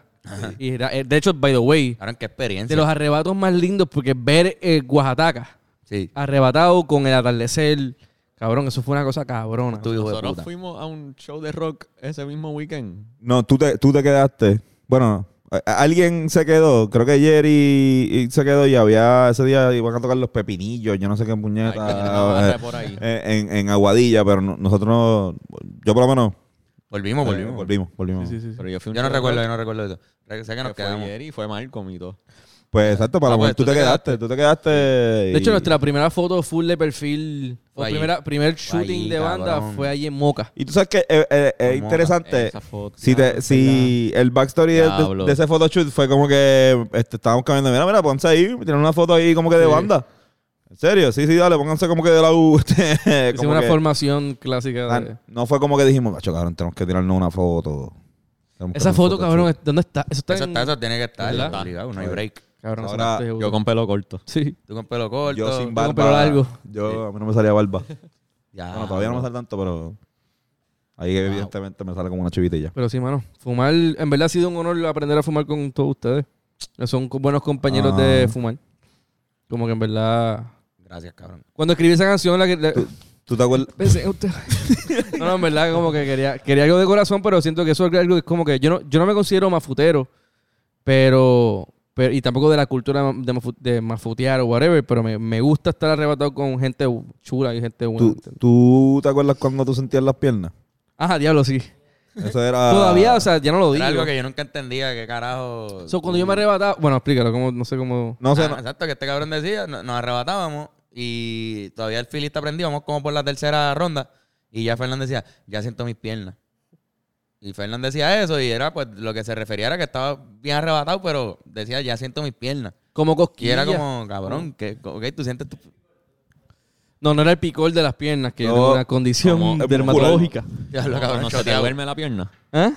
S4: Y era- eh, de hecho, by the way,
S2: Cabrón, qué experiencia.
S4: de los arrebatos más lindos, porque ver eh, Oaxaca
S2: Sí.
S4: arrebatado con el atardecer, cabrón, eso fue una cosa cabrona.
S2: Tú, hijo de
S3: Nosotros
S2: puta.
S3: fuimos a un show de rock ese mismo weekend.
S1: No, tú te, tú te quedaste. Bueno, a- a- Alguien se quedó, creo que Jerry y- se quedó y había ese día iban a tocar los pepinillos, yo no sé qué
S2: Ay, que tiene una barra
S1: puñeta,
S2: por ahí.
S1: eh, en, en Aguadilla, pero no- nosotros no, yo por lo menos
S2: Volvimos,
S1: eh,
S2: volvimos.
S1: volvimos, volvimos.
S4: Sí, sí, sí.
S3: Pero yo fui un
S2: Yo no
S3: chamaco
S2: recuerdo, yo no recuerdo eso. Re- Sé que nos
S3: que fue
S2: quedamos.
S3: ayer y fue Malcolm y todo.
S1: Pues exacto, para
S2: Ah,
S1: lo
S2: pues,
S1: mejor tú te quedaste, tú te quedaste.
S4: De hecho, nuestra primera foto full de perfil,
S2: Fue
S4: o
S2: allí.
S4: primera, primer shooting
S2: allí,
S4: de banda
S2: cabrón.
S4: fue allí en Moca.
S1: Y tú sabes que eh, eh, es
S2: Como
S1: interesante.
S3: Esa foto.
S1: Si, te, si el backstory de, de-
S3: Diablo.
S1: de ese photoshoot fue como que este, estábamos cambiando, mira, mira, ponse ahí, tienen una foto ahí como que de
S4: Sí.
S1: banda. ¿En serio? Sí, sí, dale, pónganse como que de la U. <laughs> este,
S4: Hicimos
S1: como
S4: una
S1: que-
S4: formación clásica.
S1: Ah,
S4: de-
S1: no fue como que dijimos, macho, cabrón, tenemos que tirarnos una foto. Tenemos que hacer
S4: Esa
S1: un
S4: foto,
S1: photoshoot".
S4: cabrón, ¿dónde está? Eso está,
S2: Eso,
S4: en-
S2: está, eso tiene que estar,
S4: ¿Verdad?
S2: obligado, no hay break.
S4: Cabrón, eso
S1: Ahora,
S4: no estoy
S3: Yo
S4: seguro.
S3: con pelo corto.
S4: Sí.
S2: Tú con pelo corto.
S1: Yo sin
S4: tengo
S1: barba.
S4: pelo largo. Ah,
S1: Yo, a mí no me salía barba.
S2: Ya,
S1: bueno, todavía no me sale tanto, pero. Ahí, evidentemente, me sale como una chivita y ya.
S4: Pero sí, mano. Fumar, en verdad ha sido un honor aprender a fumar con todos ustedes. Son co- buenos compañeros
S1: Ah.
S4: de fumar. Como que en verdad.
S2: Gracias, cabrón.
S4: Cuando escribí esa canción, la que. la-
S1: ¿Tú te acuerdas?
S4: pensé en usted. <laughs> no, no, en verdad, como que quería, quería algo de corazón, pero siento que eso es algo que es como que. Yo no, yo no me considero mafutero, pero. pero- y tampoco de la cultura de, mafu- de mafutear o whatever, pero me, me gusta estar arrebatado con gente chula y gente buena.
S1: ¿Tú, tú te acuerdas cuando tú sentías las piernas?
S4: Ajá, diablo, sí.
S1: Eso era.
S4: Todavía, o sea, ya no lo digo.
S2: Era algo que yo nunca entendía, qué carajo.
S4: So, cuando yo me arrebataba. Bueno, explícalo, como, no sé cómo.
S1: No sé,
S2: Ah,
S1: no-
S2: Exacto, que este cabrón decía, no- nos arrebatábamos y todavía el filista prendido, vamos como por la tercera ronda y ya Fernández decía, ya siento mis piernas. Y Fernández decía eso y era pues lo que se refería era que estaba bien arrebatado, pero decía, ya siento mis piernas.
S4: Como
S2: Y
S4: cosquillas.
S2: era como, cabrón, que, ok, tú sientes
S4: <laughs>
S2: tu...
S4: No, no era el picor de las piernas, que
S1: No,
S4: era una condición
S1: como- eh,
S4: dermatológica.
S2: Ya
S3: No,
S2: lo cabrón,
S3: no se te
S2: choteado.
S3: duerme la pierna.
S4: ¿Ah?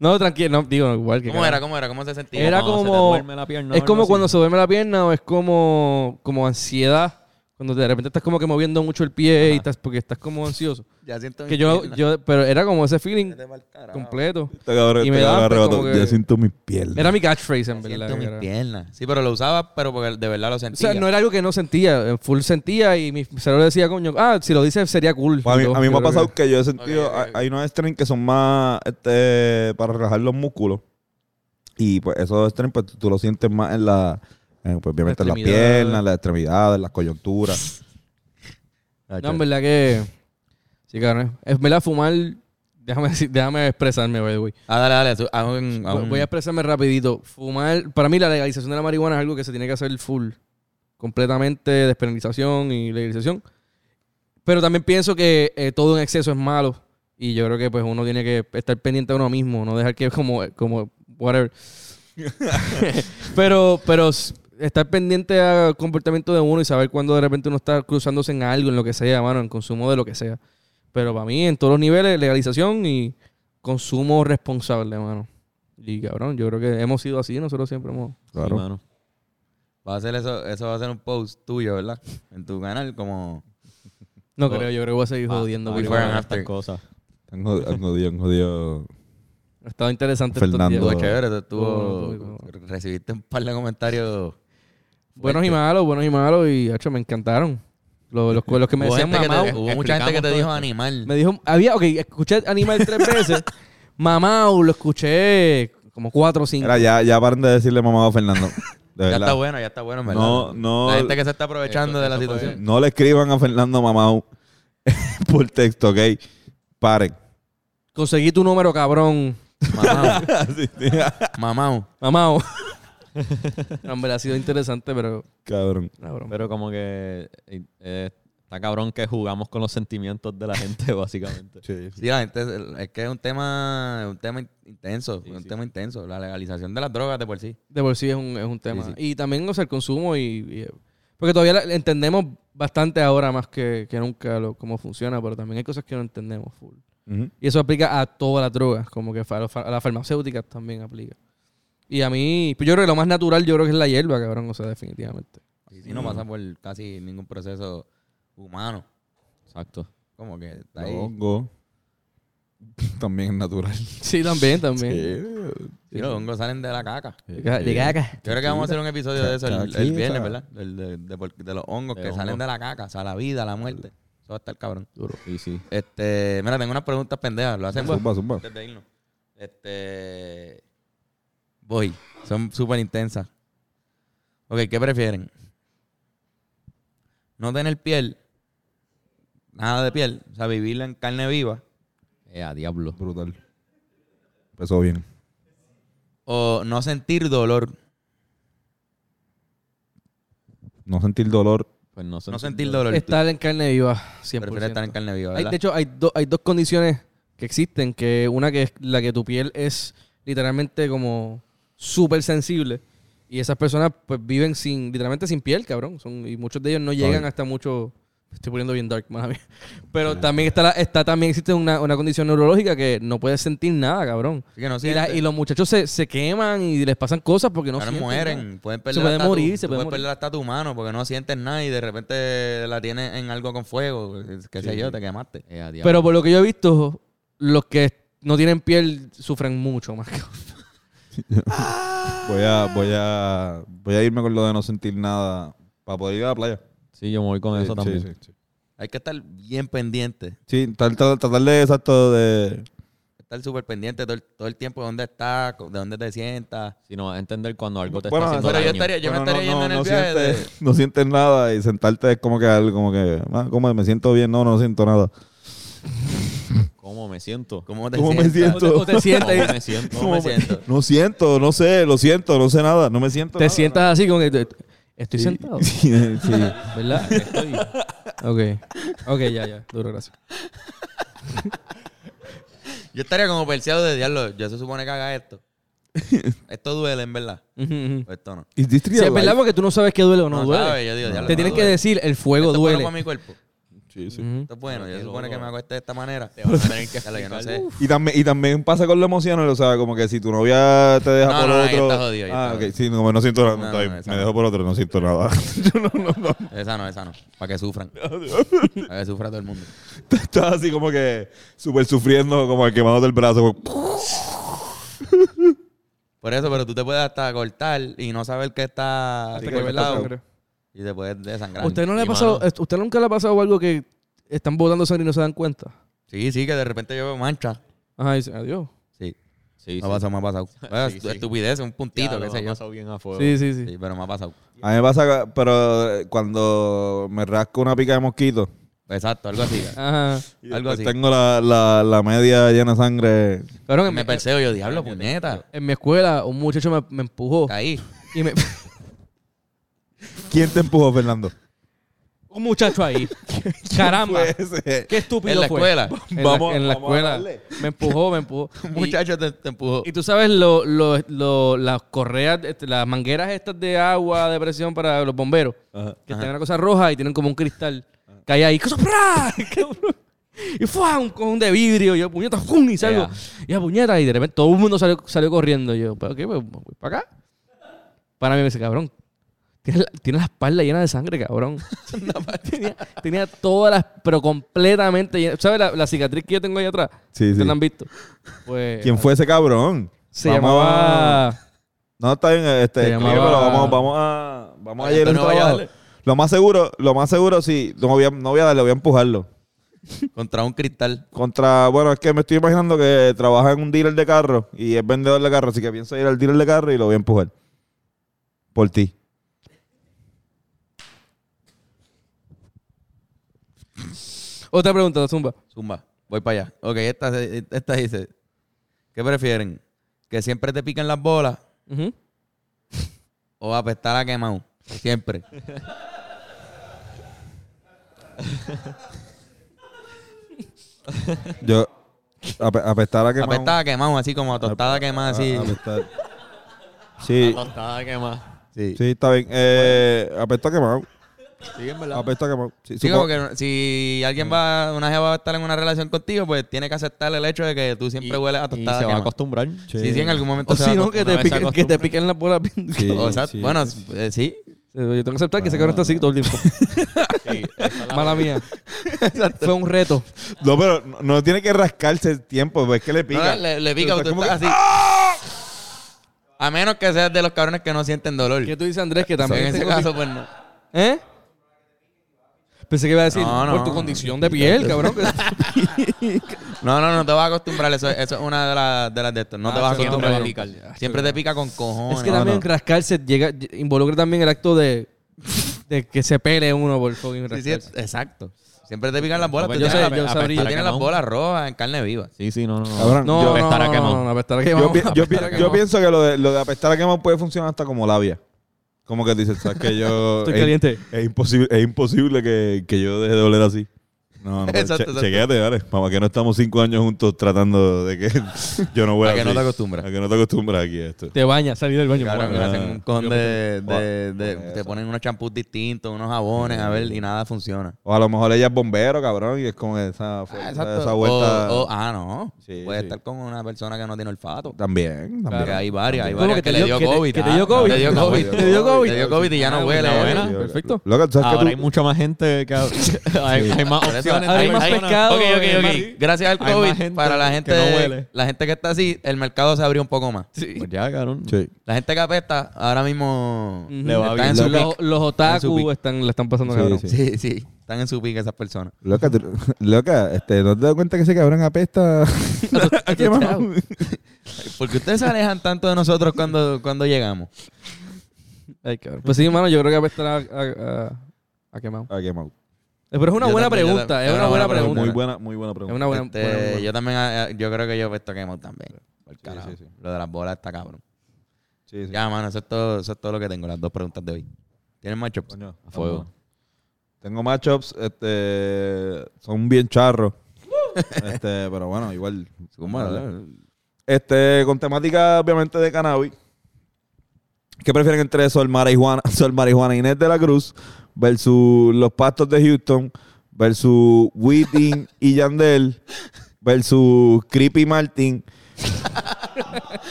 S4: No, tranquilo, no, digo, igual que. Eh,
S2: ¿Cómo era? ¿Cómo era? ¿Cómo se sentía?
S4: Era
S3: Cuando se te
S4: como-
S3: duerme la pierna o
S4: es
S3: algo
S4: como
S3: así.
S4: cuando se duerme la pierna o es como, como ansiedad. Cuando de repente estás como que moviendo mucho el pie y estás, porque estás como ansioso.
S2: Ya siento mis
S4: Que yo,
S2: piernas.
S4: yo, pero era como ese feeling
S2: Vete pa'l carajo.
S4: completo.
S1: Este cabrón,
S4: Y
S1: este
S4: me daba
S1: cabrón
S4: pues,
S1: arrebató.
S4: como que-
S1: Ya siento mis piernas.
S4: Era mi catchphrase, en verdad.
S2: Siento
S4: que
S2: mis
S4: era.
S2: piernas. Sí, pero lo usaba, pero porque de verdad lo
S4: O
S2: sentía.
S4: sea, no era algo que no sentía, en full sentía y mi cerebro decía, coño, ah, si lo dices sería cool.
S1: Pues a mí,
S4: Yo-
S1: a mí
S4: yo
S1: me ha
S4: creo que-
S1: pasado que yo he sentido.
S2: Ok, ok,
S1: hay-
S2: ok.
S1: Hay unos strings que son más este, para relajar los músculos. Y pues esos strings, pues tú lo sientes más en la. en, pues, obviamente en las
S4: extremidades.
S1: piernas, en las extremidades, en las coyunturas.
S2: Ah,
S4: No, en verdad que. Sí, cabrón. Es verdad, fumar. Déjame, decir- déjame expresarme, by the way.
S2: Ah, dale, dale. su- haz un- haz
S4: Voy-
S2: un-
S4: Voy a expresarme rapidito. Fumar. Para mí, la legalización de la marihuana es algo que se tiene que hacer full. Completamente despenalización y legalización. Pero también pienso que eh, todo en exceso es malo. Y yo creo que pues uno tiene que estar pendiente de uno mismo, no dejar que <laughs> como, como whatever. <laughs> pero, pero s- estar pendiente al comportamiento de uno y saber cuándo de repente uno está cruzándose en algo, en lo que sea, mano, en consumo de lo que sea. Pero para mí, en todos los niveles, legalización y consumo responsable, mano. Y cabrón, yo creo que hemos sido así, nosotros siempre hemos.
S1: Claro.
S3: Sí, mano.
S2: Va a ser eso, eso va a ser un post tuyo, ¿verdad? En tu canal, como.
S4: No
S2: Oh.
S4: creo, yo creo que voy a seguir jodiendo.
S2: ah,
S4: porque
S2: before
S4: bueno,
S2: and
S4: Ha
S2: after.
S3: Estas cosas.
S1: Han jodido, han jodido, han jodido.
S4: estado interesante
S1: Fernando.
S2: Estuvo
S4: estos días.
S1: Todo.
S2: chévere, tú estuvo.
S4: Todo, todo, todo.
S2: Recibiste un par de comentarios.
S4: Buenos y malos, buenos y malos, y hacho, me encantaron. Los, los, los que me
S2: hubo
S4: decían
S2: gente que te-
S4: mamau.
S2: hubo mucha gente que te
S3: Explicamos
S2: dijo
S4: "Ah".
S3: todo
S2: animal.
S4: Me dijo, había, ok, escuché Animal <laughs> tres veces. Mamau, lo escuché como cuatro o cinco.
S1: Era ya, ya paren de decirle mamá a
S2: <laughs>
S1: Fernando. De
S2: Ya
S1: verdad.
S2: está bueno, ya está bueno, en ¿verdad?
S1: No, no.
S2: La gente que se está aprovechando de la situación.
S1: No le escriban a Fernando Mamau <laughs> por texto, ¿ok? Paren.
S4: Conseguí tu número, cabrón.
S2: Mamau.
S1: Así, sí.
S2: Mamau.
S4: Mamau. <laughs> No, Hombre, ha sido interesante, pero.
S1: Cabrón.
S4: cabrón.
S3: Pero como que eh, eh, está cabrón que jugamos con los sentimientos de la gente, <laughs> básicamente.
S2: pues, Sí, la gente. Es que es un tema. es un tema in- intenso. es un tema intenso. La legalización de las drogas de por sí.
S4: De por sí es un, es un tema. Y también, o sea, el consumo y... y- eh, porque todavía la- entendemos bastante ahora más que, que nunca lo- cómo funciona, pero también hay cosas que no entendemos full.
S1: Ujú.
S4: Y eso aplica a todas las drogas, como que fa- fa- a las farmacéuticas también aplica. Y a mí, pues yo creo que lo más natural yo creo que es la hierba, cabrón, o sea, definitivamente.
S2: Y si no pasa por casi ningún proceso humano.
S3: Exacto.
S2: Como que está
S1: Los
S2: ahí.
S1: hongos <laughs> También es natural.
S4: Sí, también, también.
S2: Sí, los hongos salen de la caca.
S4: Llega- llega acá.
S2: Yo creo que vamos a hacer un episodio de eso el,
S1: Tranquila.
S2: el viernes, ¿verdad? El de, de por- de los hongos
S3: De
S2: que
S3: hongos.
S2: salen de la caca, o sea, la vida, la muerte. Eso va a estar cabrón.
S3: Sí, sí.
S2: Este, mira, tengo unas preguntas pendejas, lo hacemos
S1: Zumba, zumba.
S2: antes de irnos. Este, Voy. Son súper intensas. Ok, ¿qué prefieren? No tener piel. Nada de piel. O sea, vivirla en carne viva.
S3: Eh, a diablo.
S1: Brutal. Empezó bien.
S2: O no sentir dolor.
S1: No sentir dolor.
S3: Pues no,
S2: No sentir dolor.
S4: Estar en carne viva, 100%.
S2: Prefiero estar en carne viva,
S4: Hay-
S2: ¿verdad?
S4: de hecho, hay, do- hay dos condiciones que existen, que una que es la que tu piel es literalmente como súper sensible y esas personas pues viven sin literalmente sin piel, cabrón. Son, y muchos de ellos no llegan
S1: Ay.
S4: hasta mucho... me Estoy poniendo bien dark, mala mía. <laughs> Pero también está, la- está también existe una, una condición neurológica que no puedes sentir nada, cabrón.
S2: Así que no
S4: Y, la-
S2: sienten.
S4: y los muchachos se, se queman y les pasan cosas porque no
S2: Ahora
S4: sienten
S2: mueren,
S4: nada.
S2: pueden
S4: Se
S2: perder
S4: pueden
S2: hasta tu-
S4: morir, se
S2: tú
S4: pueden
S2: puedes
S4: morir.
S2: perder hasta tu mano porque no sientes nada y de repente la tienes en algo con fuego, qué sé yo, te quemaste.
S3: Eh, a diablo.
S4: Pero por lo que yo he visto, los que no tienen piel sufren mucho más. cabrón.
S1: Voy a, voy a, voy a irme con lo de no sentir nada para poder ir a la playa.
S3: Sí, yo me voy con
S1: Sí,
S3: eso
S1: sí,
S3: también.
S1: Sí, sí.
S2: Hay que estar bien pendiente,
S1: Sí, tal- tal- tratar de exacto de.
S2: estar súper pendiente todo el, todo el tiempo de dónde estás, co- de dónde te sientas.
S3: Si no vas a entender cuando algo te
S1: Bueno,
S3: está haciendo
S2: Pero yo
S3: daño.
S2: estaría, yo me
S1: Bueno,
S2: estaría yendo en el viaje de-
S1: sientes, no sientes nada y sentarte es como que algo, como que, ah, ¿cómo me siento bien? No, no siento nada.
S3: ¿Cómo me siento?
S2: ¿Cómo te
S1: ¿Cómo me
S2: sientes?
S1: siento?
S4: O te, o
S2: <laughs>
S4: te sientes-
S3: ¿Cómo me siento?
S2: ¿Cómo me siento?
S1: No siento, no sé, lo siento, no sé nada, no me siento
S4: Te
S1: nada.
S4: sientas así con el... Estoy sentado.
S1: Sí, <laughs> sí. <laughs>
S4: ¿Verdad? Estoy. ok. Ok, ya, ya. Duro, gracias.
S2: Yo estaría como perseado de diablo, yo se supone que haga esto. esto duele, en verdad.
S4: Si
S2: O Esto no.
S1: Is this real
S4: es verdad
S1: life?
S4: porque tú no sabes qué duele o no,
S2: No
S4: duele.
S2: sabe, yo digo, diablo,
S4: Te
S2: no
S4: tienen que
S2: duele.
S4: decir, el fuego
S2: Esto es
S4: duele.
S2: bueno para mi cuerpo.
S1: Sí, sí.
S4: Ujú.
S2: Esto es bueno. Yo se supone que me acueste de esta manera.
S3: Te van a tener que
S2: Diablo, yo no
S3: explicar.
S2: sé.
S1: Y también, y también pasa con lo emocional, o sea, como que si tu novia te deja
S2: No,
S1: por
S2: no, ahí
S1: otro.
S2: está jodido, ahí
S1: ah,
S2: está
S1: ok,
S2: jodido.
S1: sí, no, no siento nada.
S2: No,
S1: está bien,
S2: no, esa
S1: me
S2: no.
S1: dejo por otro, no siento nada. <laughs>
S2: Esa no, esa no. Para que sufran. Para que sufra todo el mundo.
S1: Estás así como que súper sufriendo, como el quemado el brazo. como-
S2: Por eso, pero tú te puedes hasta cortar y no saber qué está
S1: Hasta que
S2: cortado
S1: sangre.
S2: y te puedes desangrar.
S4: ¿Usted, no le ha
S3: Y
S4: pasado, eh,
S3: mano.
S4: ¿Usted nunca le ha pasado algo que están botando sangre y no se dan cuenta?
S2: Sí, sí, que de repente yo veo mancha.
S4: Ajá, dice, adiós.
S2: Sí,
S3: Sí, sí.
S2: me ha pasado, me ha
S3: <laughs>
S2: pasado. Bueno,
S3: Sí, sí.
S2: Estupidez, un puntito,
S3: Diablo,
S2: qué sé
S3: me ha
S2: yo.
S3: pasado bien a fuego.
S4: Sí, sí, sí.
S2: Sí, pero me ha pasado.
S1: A mí me pasa, pero eh, cuando me rasco una pica de mosquito,
S2: Exacto,
S3: <laughs>
S2: algo así.
S4: Ajá.
S1: y
S2: Algo
S1: después
S2: así.
S1: tengo la, la, la media llena de sangre.
S4: Cabrón, en,
S2: Me
S4: mi,
S2: perseo yo, diablo, puñeta.
S4: en mi escuela un muchacho me, me
S3: <laughs>
S4: empujó
S2: Caí.
S4: y me... <laughs>
S1: ¿Quién te empujó, Fernando?
S4: un muchacho ahí. Caramba.
S1: Ese.
S4: Qué estúpido
S2: En la
S4: fue.
S2: escuela.
S4: En la-
S1: Vamos-
S4: en la,
S1: vamos a darle.
S4: escuela. Me empujó,
S1: <laughs>
S4: me empujó.
S2: Un
S4: Y-
S2: muchacho te, te empujó.
S4: Y tú sabes lo, lo- lo- las correas, este, las mangueras estas de agua de presión para los bomberos,
S1: Ajá.
S4: que tienen una cosa roja y tienen como un cristal. Cae ahí, ¡cosa, pra! <laughs> Cabrón. Y fue un cojón de vidrio, yo puñeta, ¡fum! y salgo.
S3: Ea.
S4: Y a puñeta, y de repente todo el mundo salió, salió corriendo. Yo, ¿pero qué? Pues voy para acá. Para mí me dice, cabrón, tienes la, tienes la espalda llena de sangre,
S1: <laughs>
S4: cabrón. <laughs> tenía, tenía todas las, pero completamente llena. ¿Sabes la, la cicatriz que yo tengo ahí atrás?
S1: Sí,
S4: ¿Ustedes
S1: sí.
S4: la
S1: <laughs>
S4: han visto? Pues,
S1: ¿Quién fue ese cabrón?
S4: se
S1: Vamos a-
S4: llamaba.
S1: No, está bien, este,
S4: Se llamaba-
S1: escríbelo, vamos, vamos a, vamos a
S2: Oye,
S1: llegar
S2: Antonio,
S1: al
S2: vaya a
S1: trabajo. Lo más seguro, lo más seguro, sí, no voy a, no voy a darle, voy a empujarlo.
S2: Contra un cristal.
S1: Contra, bueno, es que me estoy imaginando que trabaja en un dealer de carro y es vendedor de carro, así que pienso ir al dealer de carro y lo voy a empujar. Por ti.
S4: Otra pregunta, Zumba.
S2: Zumba, voy para allá. Ok, esta, se- esta dice: ¿Qué prefieren? ¿Que siempre te piquen las bolas
S4: Ujú.
S2: o apestar a quemado? Siempre.
S1: Yo, ape- apestar a quemado.
S2: Apestar a quemado, así como a tostada quemada, así.
S1: A- apestar. Sí,
S3: Tostada quema.
S2: Sí.
S1: sí, está bien. Eh, apestar a quemado.
S3: Sí, en verdad.
S1: Apestar a quemado. Sí,
S2: Sí,
S1: supongo-
S2: como que no- si alguien va, una jeva va a estar en una relación contigo, pues tiene que aceptar el hecho de que tú siempre hueles a
S3: Y
S2: tostada
S3: se va a
S2: quemada.
S3: acostumbrar.
S1: Sí.
S2: Oh, Sí, sí, en algún momento
S4: O
S2: se
S4: si
S2: va a
S4: no,
S2: acostumbrar.
S4: que te,
S3: vez se
S4: piquen, que te
S3: acostumbra.
S4: piquen la bola.
S1: Sí,
S2: O sea,
S1: sí.
S2: Oh, bueno, eh, sí.
S4: <laughs> Yo tengo que aceptar que se quedaron hasta así todo el tiempo.
S3: Sí, esa es la-
S4: Mala mía. Fue un reto.
S1: No, pero no, no tiene que rascarse el tiempo, es que le pica.
S2: No, le, le pica, pues,
S1: O sea,
S2: tú
S1: como
S2: estás
S1: que-
S2: así. A menos que seas de los cabrones que no sienten dolor. pues,
S4: ¿Qué tú dices, Andrés? Que también
S2: en ese
S4: tengo que-
S2: caso, pues no.
S4: ¿Eh? Pensé que iba a decir,
S2: No, no.
S4: por tu condición de piel, cabrón. <laughs>
S2: No, no, no te vas a acostumbrar. Eso, eso es una de las de, las de estas. No
S3: Ah,
S2: te vas a
S3: siempre
S2: acostumbrar.
S3: va a
S2: Siempre,
S3: picar.
S2: te pica con cojones.
S4: <laughs> es que
S2: No,
S4: también
S2: no.
S4: rascarse llega, involucra también el acto de, de que se pele uno por fucking
S2: Sí,
S4: rascarse.
S2: sí, exacto. Siempre te pican las bolas.
S3: No,
S2: tú
S3: pues
S2: tienes,
S4: yo sé,
S2: la-
S4: yo
S2: tú
S4: sabría.
S2: tienes las bolas rojas en carne viva.
S3: Sí, sí, no, no. no.
S1: Cabrón,
S4: No,
S1: yo-
S4: no,
S3: Apestar a
S4: no,
S3: quemado.
S4: no, no, apestar a
S1: Yo,
S4: quemado,
S1: pi- yo
S4: <laughs> apestar
S1: pi-
S4: a
S1: yo
S4: quemado.
S1: pienso que lo de, lo de apestar a quemado puede funcionar hasta como labia. Como que dices, ¿sabes que
S2: <laughs>
S1: yo.
S4: Estoy
S1: es-
S4: caliente.
S1: Es imposible, es imposible que, que yo deje de oler así.
S2: <laughs>
S1: No, no. che-
S2: Exacto, exacto.
S1: Chequéate, ¿vale? Para que no estamos cinco años juntos tratando de que <laughs> yo no voy
S2: A que no te acostumbras.
S1: A que no te acostumbras aquí a esto.
S4: Te bañas, salí del baño.
S2: Claro,
S4: Bueno,
S2: que le
S1: ah,
S2: hacen un con de, de- de-
S1: Por
S2: te
S1: eso.
S2: ponen unos champús distintos, unos jabones, a ver, y nada funciona.
S1: O a lo mejor ella es bombero, cabrón, y es con esa, fu-
S2: Ah, Exacto.
S1: esa vuelta.
S2: O- o- ah, no.
S1: Sí,
S2: Puedes
S1: sí.
S2: estar con una persona que no tiene olfato.
S1: También, también.
S2: Porque hay varias, hay
S4: ¿Cómo
S2: varias
S4: que
S2: que,
S4: te
S2: le dio
S4: dio- que te-
S2: COVID. Ah,
S4: que te dio COVID?
S2: Le dio COVID.
S4: Te dio COVID.
S2: Le dio COVID y ya
S4: Ah,
S2: no huele.
S4: una
S2: ¿eh?
S4: buena.
S1: Sí,
S4: perfecto.
S1: Loca, ¿sabes que
S3: Ahora
S1: tú-
S3: hay mucha más gente <laughs> que... hay, hay más
S2: Por eso,
S3: opciones.
S4: hay
S3: de
S4: más
S3: personas.
S4: pescado.
S2: Ok, ok,
S4: hay
S2: ok.
S4: más-
S2: Gracias al
S3: hay más
S2: COVID,
S3: gente
S2: para la
S3: que
S2: gente,
S3: no huele.
S2: la gente que está así, el mercado se abrió un poco más.
S3: Pues ya, cabrón.
S1: Sí.
S2: La gente que apesta ahora mismo
S4: Ujú.
S3: Le va
S2: están
S3: bien.
S2: en su
S4: Los,
S2: pic.
S4: los,
S2: Están en su
S4: otaku
S2: pic.
S4: están, le están pasando
S1: Sí,
S4: cabrón.
S2: <laughs>
S1: sí.
S2: Sí, sí, están en su pica esas personas.
S1: Loca, tú- <laughs> loca, este, ¿no te das cuenta que ese cabrón apesta? <laughs> ¿A qué mano?
S2: Porque ustedes se alejan tanto de nosotros cuando, cuando llegamos.
S4: Ay, cabrón. Pues sí, mano, yo creo que apestar a, a, a- a quemado.
S1: A quemado.
S4: Eh, Pero es una
S2: Yo
S4: buena
S2: también, yo
S4: pregunta,
S2: también.
S4: es una buena pregunta.
S1: Muy buena, muy buena
S4: Es
S1: pregunta.
S4: una buena
S2: Este,
S4: buena pregunta.
S2: Yo también, eh, yo creo que yo esto quemo también. Por carajo.
S1: sí, sí.
S2: Lo de las bolas está cabrón.
S1: Sí, sí.
S2: Ya, mano, eso es, todo, eso es todo lo que tengo, las dos preguntas de hoy. ¿Tienen macho?
S1: Coño,
S3: A fuego.
S1: Tengo matchups, este, son bien charros. este, pero bueno, igual. Este, con temática obviamente de cannabis. ¿Qué prefieren entre Sol Marihuana, <laughs> Sol Marihuana Inés de la Cruz versus los pastos de Houston versus Whiting y Yandel versus Creepy Martin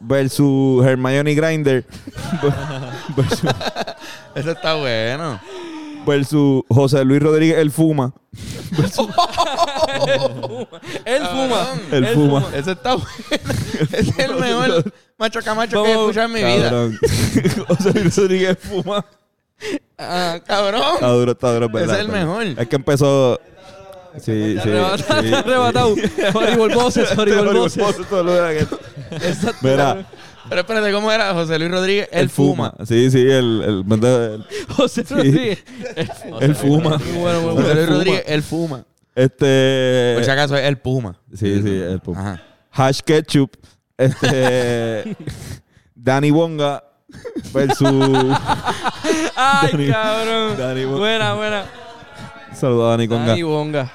S1: versus Hermione Grinder versus
S2: Eso está bueno.
S1: versus José Luis Rodríguez el Fuma.
S4: <laughs> Él fuma.
S1: El
S4: Él
S1: Fuma.
S2: Eso está bueno. <laughs> es el mejor macho camacho que he
S4: Vamos,
S2: escuchado en mi vida.
S1: Cabrón. <laughs> José Luis Rodríguez el Fuma.
S2: Ah, cabrón.
S1: Está duro, está duro, es verdad.
S2: es el
S1: está duro.
S2: mejor.
S1: Es que empezó. Sí, sí.
S4: Te
S2: <laughs>
S4: arrebata-
S1: sí. <laughs>
S4: te <laughs> arrebatado. Horrible voces, horrible
S1: Horrible
S4: voces.
S1: voces, todo lo de la que- Mira,
S2: Pero espérate, ¿cómo era José Luis Rodríguez? Él fuma.
S1: Sí, sí, el, el, el-
S4: José Rodríguez. Él fuma.
S1: el fuma.
S4: Bueno, bueno,
S2: José
S1: Él
S2: Luis
S1: fuma.
S2: Rodríguez, él fuma. Por si
S1: Este.
S2: acaso, es el Puma.
S1: Sí, sí, el puma.
S2: Ajá.
S1: Hash Ketchup.
S2: <laughs>
S1: Este. Danny Bonga versus.
S4: Ay, cabrón.
S1: Dani Bonga.
S4: buena, buena.
S1: Saludos a Danny Conga.
S4: Dani Bonga.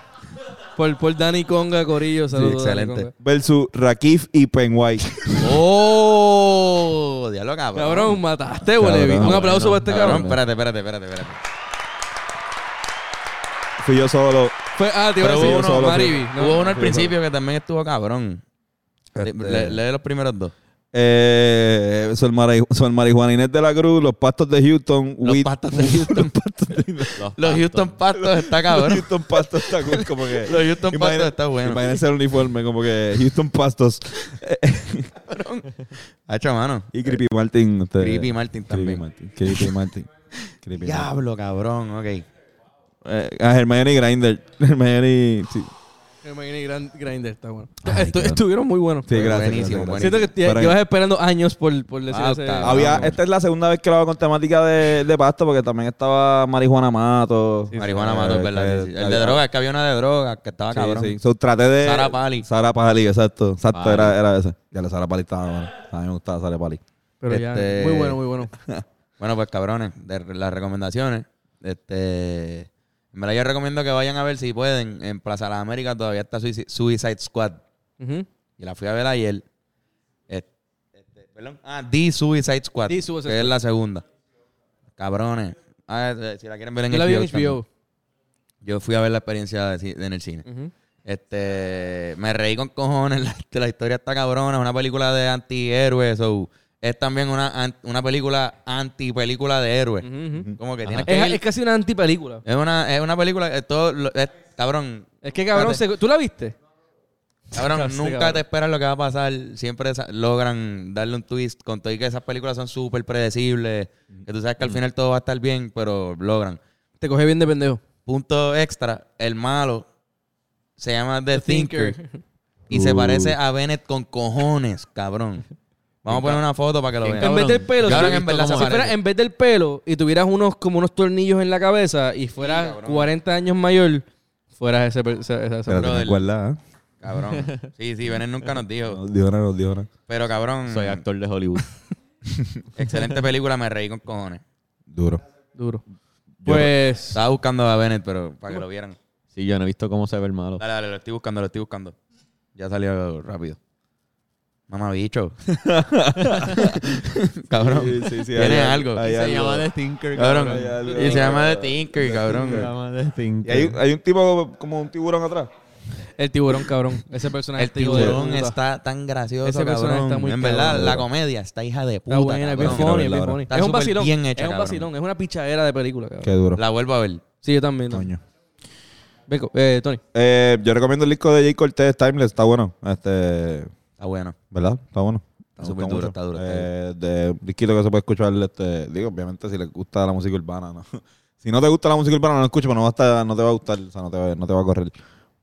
S4: Por, por Dani Conga, Corillo. Saludos. Dani
S2: excelente.
S4: Conga.
S1: Versus Rakif y Penway.
S2: ¡Oh! Diablo, cabrón.
S4: Cabrón, mataste, Bolevi.
S1: Cabrón,
S4: Un aplauso para este
S2: Cabrón,
S4: cabrón.
S2: espérate, espérate, espérate, espérate.
S1: Fui yo solo.
S4: Fue- ah, te iba a
S2: Pero
S4: decir
S2: hubo
S4: uno,
S1: uno,
S4: Mariby. No.
S2: Hubo uno al principio que también estuvo cabrón.
S1: Este.
S4: Este,
S2: Le- le- Lee los primeros dos.
S1: Eh, Sol, Mari- Sol Marijuana Inés de la Cruz, los pastos de Houston,
S2: Los
S1: Wheat-
S2: pastos
S1: <laughs>
S2: de Houston. Los Houston Pastos está
S1: Los
S2: cabrón.
S1: Houston Pastos está cool, como que.
S2: Los Houston
S1: Imagina-
S2: Pastos está bueno.
S1: Imagínense el uniforme, como que Houston Pastos
S2: Hacha mano.
S1: y Creepy Martin. ustedes.
S2: Eh, Creepy Martin
S1: Creepy
S2: también.
S1: Martin. Creepy Martin. Creepy Martin.
S2: Diablo, cabrón, ok.
S1: Eh, a Hermione Grinder. Hermione. Sí,
S4: Me imaginé Gran- Grindr, está bueno.
S1: Ay,
S4: Estu-
S1: cabrón.
S4: Estuvieron muy buenos.
S1: sí, gracias.
S2: Buenísimo,
S1: gracias, gracias.
S2: buenísimo.
S4: Siento que te-
S1: Pero-
S4: llevas esperando años por, por decir
S2: Ah,
S4: ese-
S2: octavo.
S1: Había, esta es la segunda vez que lo hago con temática de, de pasto, porque también estaba Marijuana Mato.
S2: Marihuana
S1: Eh,
S2: mato, es
S1: que-
S2: verdad. sí,
S4: este,
S2: sí. El de
S1: había-
S2: droga, es que había una de droga que estaba
S1: Sí,
S2: Ah, cabrón.
S1: sí. So, traté de.
S2: Sara Pali.
S1: Sara Pali, exacto. Exacto,
S3: Pali.
S1: Era, era esa. Ya la Sara Pali estaba buena. A mí me gustaba Sara Pali.
S4: Pero ya,
S2: Este-
S4: muy bueno, muy bueno.
S2: Bueno, pues cabrones, de las recomendaciones. Este. En verdad, yo recomiendo que vayan a ver si pueden. En Plaza de las Américas todavía está Suici- Suicide Squad.
S4: Ujú.
S2: Y la fui a ver ayer. Este, este, perdón. Ah, The Suicide Squad.
S4: The Suicide
S2: que es
S4: Squad.
S2: la segunda. Cabrones. Ah, eh, si la quieren ver en
S4: Yo la vi en
S2: también.
S4: HBO.
S2: Yo fui a ver la experiencia de ci- en el cine.
S4: Ujú.
S2: Este, me reí con cojones, <laughs> la, la historia está cabrona, es una película de antihéroes, so, es también una, an- una película anti-película de héroes.
S4: Ujú, ujú.
S2: Como que tienes que
S4: Es,
S2: ir-
S4: es casi una antipelícula.
S2: es una, es una película, es todo, lo- es- cabrón,
S4: Es que cabrón,
S2: Espérate.
S4: se- ¿tú la viste? <laughs>
S2: cabrón,
S4: Sí,
S2: nunca
S4: cabrón.
S2: te esperas lo que va a pasar, siempre sa- logran darle un twist, con todo y que esas películas son súper predecibles, que tú sabes que al final todo va a estar bien, pero logran.
S4: Te coge bien de pendejo.
S2: Punto extra, el malo se llama The, Thinker.
S4: Thinker.
S2: y se
S1: Uh.
S2: parece a Bennett con cojones, cabrón. Vamos a poner una foto para que lo
S3: Bien,
S2: vean.
S4: En
S3: Cabrón,
S4: vez del pelo,
S2: yo ahora
S4: si-
S2: que en verdad
S4: si
S2: se
S4: fuera
S2: parece.
S4: en vez del pelo y tuvieras unos como unos tornillos en la cabeza y fueras 40 años mayor, fueras ese, per- ese- ese- ese-
S1: Pero
S2: brother.
S1: tenés guardada. ¿eh?
S2: Cabrón. Sí, sí, Bennett nunca nos dijo.
S1: No dijo nada, no dijo nada.
S2: Pero cabrón,
S3: Soy actor de Hollywood.
S2: excelente película, me reí con cojones.
S1: Duro.
S4: duro. Pues
S2: Estaba buscando a Bennett, pero para que lo vieran.
S3: Sí, yo no he visto cómo se ve el malo.
S2: Dale, dale, lo estoy buscando, lo estoy buscando. Ya salió rápido. Mamá bicho. <laughs> cabrón.
S1: Sí, sí, sí,
S2: Tiene
S1: hay
S2: algo.
S1: hay algo.
S3: The Thinker.
S2: Cabrón.
S1: Hay algo.
S2: Y se llama The Tinker,
S3: Se
S2: cabrón.
S3: llama The
S1: Y hay,
S3: Thinker.
S1: hay un tipo como un tiburón atrás.
S4: el tiburón, cabrón. Ese personaje
S2: El
S4: este hijo de
S2: tiburón
S4: puta.
S2: está tan gracioso,
S4: Ese personaje
S2: cabrón.
S4: está muy
S2: en verdad,
S4: cabrón.
S2: la comedia está hija de puta.
S4: Está buena, es bien
S2: cabrón.
S1: quiero
S4: funny, es
S1: verla
S4: bien
S1: ahora.
S4: funny.
S2: Está
S4: Es un
S2: súper
S4: vacilón.
S2: bien hecha,
S4: es un
S2: cabrón.
S4: vacilón, es una pichadera de película,
S1: Qué
S4: cabrón.
S1: duro.
S2: La vuelvo a ver.
S4: Sí, yo también. también.
S1: Coño.
S4: Beco, eh, Tony.
S1: Eh, yo recomiendo el disco de Jay Cortez, Timeless. Está bueno. Este,
S2: Está bueno.
S1: ¿Verdad? Está bueno.
S2: Está
S1: Me
S2: súper
S1: gusta mucho.
S2: duro, está duro, está
S1: Eh, de un disquito que se puede escuchar, este, digo, obviamente si le gusta la música urbana, ¿no? <laughs> Si no te gusta la música urbana, no lo escuches, pero no, va a estar- no te va a gustar, o sea, no te va, no te va a correr.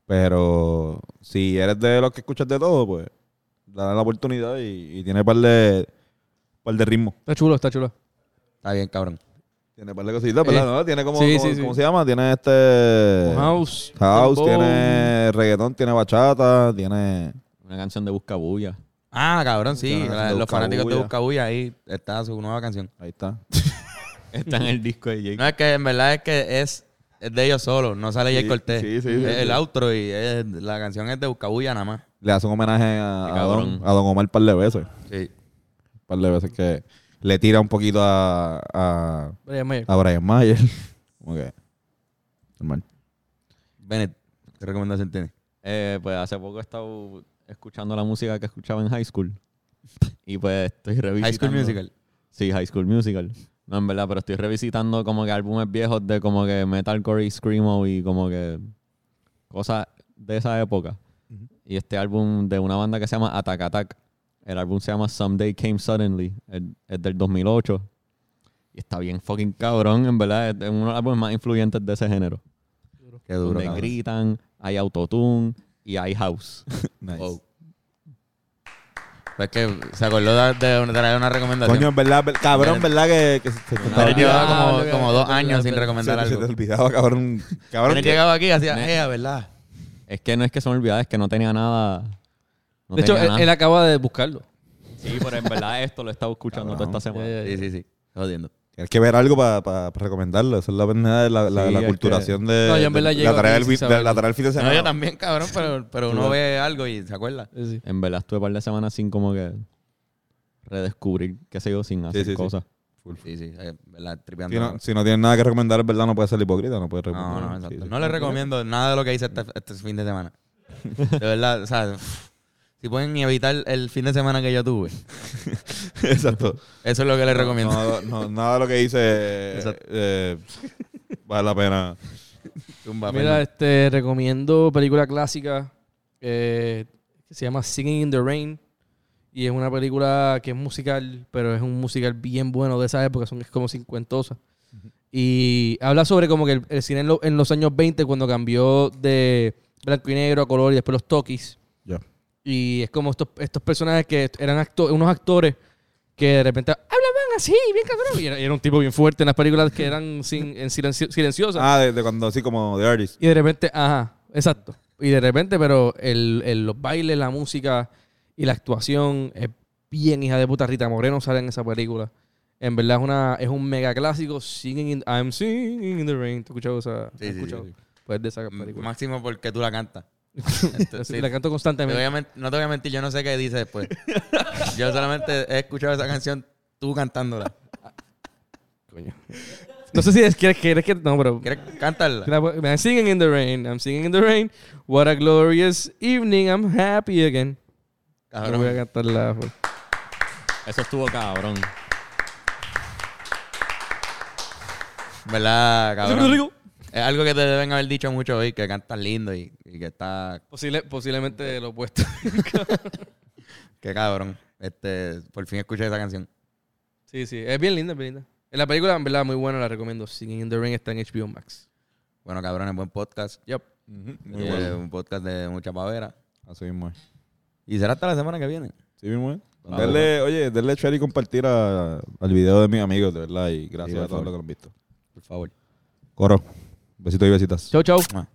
S1: Pero si eres de los que escuchas de todo, pues dale la oportunidad y, y tiene par de, par de ritmo.
S4: Está chulo, está chulo.
S2: Está bien, cabrón.
S1: Tiene par de cositas, ¿verdad?
S4: Eh,
S1: ¿No? Tiene como,
S4: sí,
S1: como-
S4: sí, sí.
S1: ¿cómo se llama? Tiene
S2: Eh.
S1: este...
S4: House.
S1: House,
S4: Dembow.
S1: tiene reggaetón, tiene bachata, tiene...
S3: Una canción de Busca Bulla.
S2: Ah, cabrón, sí.
S1: Está
S2: la-
S1: de
S2: los
S1: Busca
S2: fanáticos de
S1: Bulla.
S2: Buscabulla, ahí está su nueva canción.
S1: Ahí está.
S3: Está en el disco de
S2: <laughs>
S3: Jake.
S2: No, es que en verdad es que es, es de ellos solos, no sale Jay
S1: Sí,
S2: Cortés.
S1: sí, sí,
S2: Es
S1: sí,
S2: el
S1: sí.
S2: outro y es- la canción es de Buscabulla nada más.
S1: Le hace un homenaje a,
S3: Qué
S1: a don,
S3: cabrón.
S1: a don Omar par de veces.
S2: Sí.
S1: par de veces que le tira un poquito a, a,
S4: Brian Mayer.
S1: a Brian Mayer. <laughs> Como que. Normal.
S2: Bennett, ¿qué recomendación tienes?
S3: Eh, pues hace poco he estado escuchando la música que escuchaba en high school. Y pues estoy revisitando.
S2: High School Musical.
S3: Sí, High School Musical. No, en verdad, pero estoy revisitando como que álbumes viejos de como que metalcore y screamo y como que cosas de esa época. Y este álbum de una banda que se llama Attack Attack. El álbum se llama Someday Came Suddenly. El- Es del 2008. Y está bien fucking cabrón, en verdad. Es uno de los álbumes más influyentes de ese género.
S2: Qué duro.
S3: donde
S2: cabrón.
S3: gritan, hay autotune y hay house.
S1: Nice.
S2: Wow. Pues que se acordó de, de traer una recomendación.
S1: Coño, en verdad, ver- cabrón, verdad que, que se, se te
S2: Bennett
S1: estaba-
S2: llevaba
S4: Ah,
S2: como,
S4: lo que-
S2: como dos
S4: lo que-
S2: años sin
S4: lo que-
S2: recomendar
S1: se- se te
S2: algo.
S1: olvidaba,
S2: <laughs>
S1: cabrón. Cabrón,
S2: Bennett
S1: que-
S2: llegaba aquí y hacía,
S3: Ne-
S2: "Ea, ¿verdad?
S3: Es que no es que son olvidadas, es que no tenía nada. no
S4: de hecho, e-
S3: tenía
S4: él,
S3: nada.
S4: él acaba de buscarlo.
S3: Sí, pero en <laughs> verdad esto lo he estado escuchando
S1: Cabrón.
S3: toda esta semana.
S2: Sí, sí, sí. Jodiendo.
S1: tienes que ver algo para recomendarlo. Esa es la pendeja de la, la,
S3: Sí,
S1: la
S3: es
S1: culturación de.
S4: No, yo en verdad
S1: de-
S4: llego
S1: la tarea
S4: aquí
S1: del
S4: sin
S1: fin-
S4: saber.
S1: de- la tarea del fin de
S2: No, yo
S1: semana.
S2: también, cabrón, pero, pero uno ve algo y se acuerda.
S4: Sí, sí.
S3: En verdad estuve un par de semanas sin como que redescubrir, qué sé yo, sin hacer
S1: sí, sí.
S3: cosas.
S2: Sí, sí, eh, ¿verdad? Tripeando.
S1: Si no, si no tienes nada que recomendar, en verdad, no puedes ser hipócrita. No puedes
S2: No,
S1: recomendar.
S2: no,
S1: Sí,
S2: exacto.
S1: sí.
S2: No le recomiendo nada de lo que hice este, este fin de semana. De verdad, o sea, si pueden evitar el fin de semana que yo tuve,
S1: <laughs> Exacto.
S2: eso es lo que les recomiendo.
S1: No, no, nada de lo que hice eh,
S2: Exacto.
S1: eh, vale la pena.
S2: Tumba,
S4: Mira,
S2: Fernan.
S4: este, recomiendo película clásica eh, que se llama Singing in the Rain. Y es una película que es musical, pero es un musical bien bueno de esa época, son es como cincuentosa. Y habla sobre como que el, el cine en, lo- en los años 20, cuando cambió de blanco y negro a color y después los toquis.
S1: Ya.
S4: Y es como estos, estos personajes que eran acto- unos actores que de repente hablaban así, bien cabrón. Y era, y era un tipo bien fuerte en las películas que eran sin- en silencio- silenciosas.
S1: Ah, de, de cuando así como The Artist.
S4: Y de repente, ajá, exacto. Y de repente, pero el, el- los bailes, la música y la actuación es bien hija de puta. Rita Moreno sale en esa película. En verdad es, una, es un mega clásico. Singing in- I'm singing in the rain. ¿Tú has escuchado esa?
S2: Sí,
S4: has
S2: sí,
S4: escuchado?
S2: sí, sí.
S4: Pues de esa película.
S2: Máximo porque tú la cantas.
S4: <laughs>
S2: Este, sí.
S4: La
S2: Te
S4: canto
S2: voy
S4: constantemente.
S2: a men- no te voy a mentir, yo no sé qué dice después. Yo solamente he escuchado esa canción tú cantándola.
S4: Coño. No sé si es, quieres, quieres que... No, pero...
S2: ¿Quieres cantarla?
S4: I'm singing pues, in the rain. I'm singing in the rain. What a glorious evening. I'm happy again. No voy a
S2: Cabrón.
S4: cantar la...
S3: Eso estuvo cabrón.
S2: ¿Verdad, cabrón?
S4: Rico.
S2: Es algo que te deben haber dicho mucho hoy, que cantas lindo y, y que está...
S4: Posible, posiblemente lo opuesto. <laughs>
S2: Qué cabrón. Este, por fin escuché esa canción.
S4: Sí, sí. Es bien linda, es bien linda. En la película, en verdad, muy buena, la recomiendo. Singing in the Rain está en HBO Max.
S2: Bueno, cabrones, buen podcast. Yep.
S1: Muy
S2: Eh,
S1: bueno.
S2: Un podcast de mucha pavera.
S1: Así mismo es.
S2: Y será hasta la semana que viene.
S1: Sí mismo es.
S2: Ah,
S1: Denle, oye, denle share y compartir a- al video de mis amigos, de verdad. Y gracias
S2: Sí, por
S1: a todos
S2: favor.
S1: los que lo han visto.
S2: Por favor.
S1: Coro. Besitos y besitas.
S4: Chau, chau.
S2: Mua.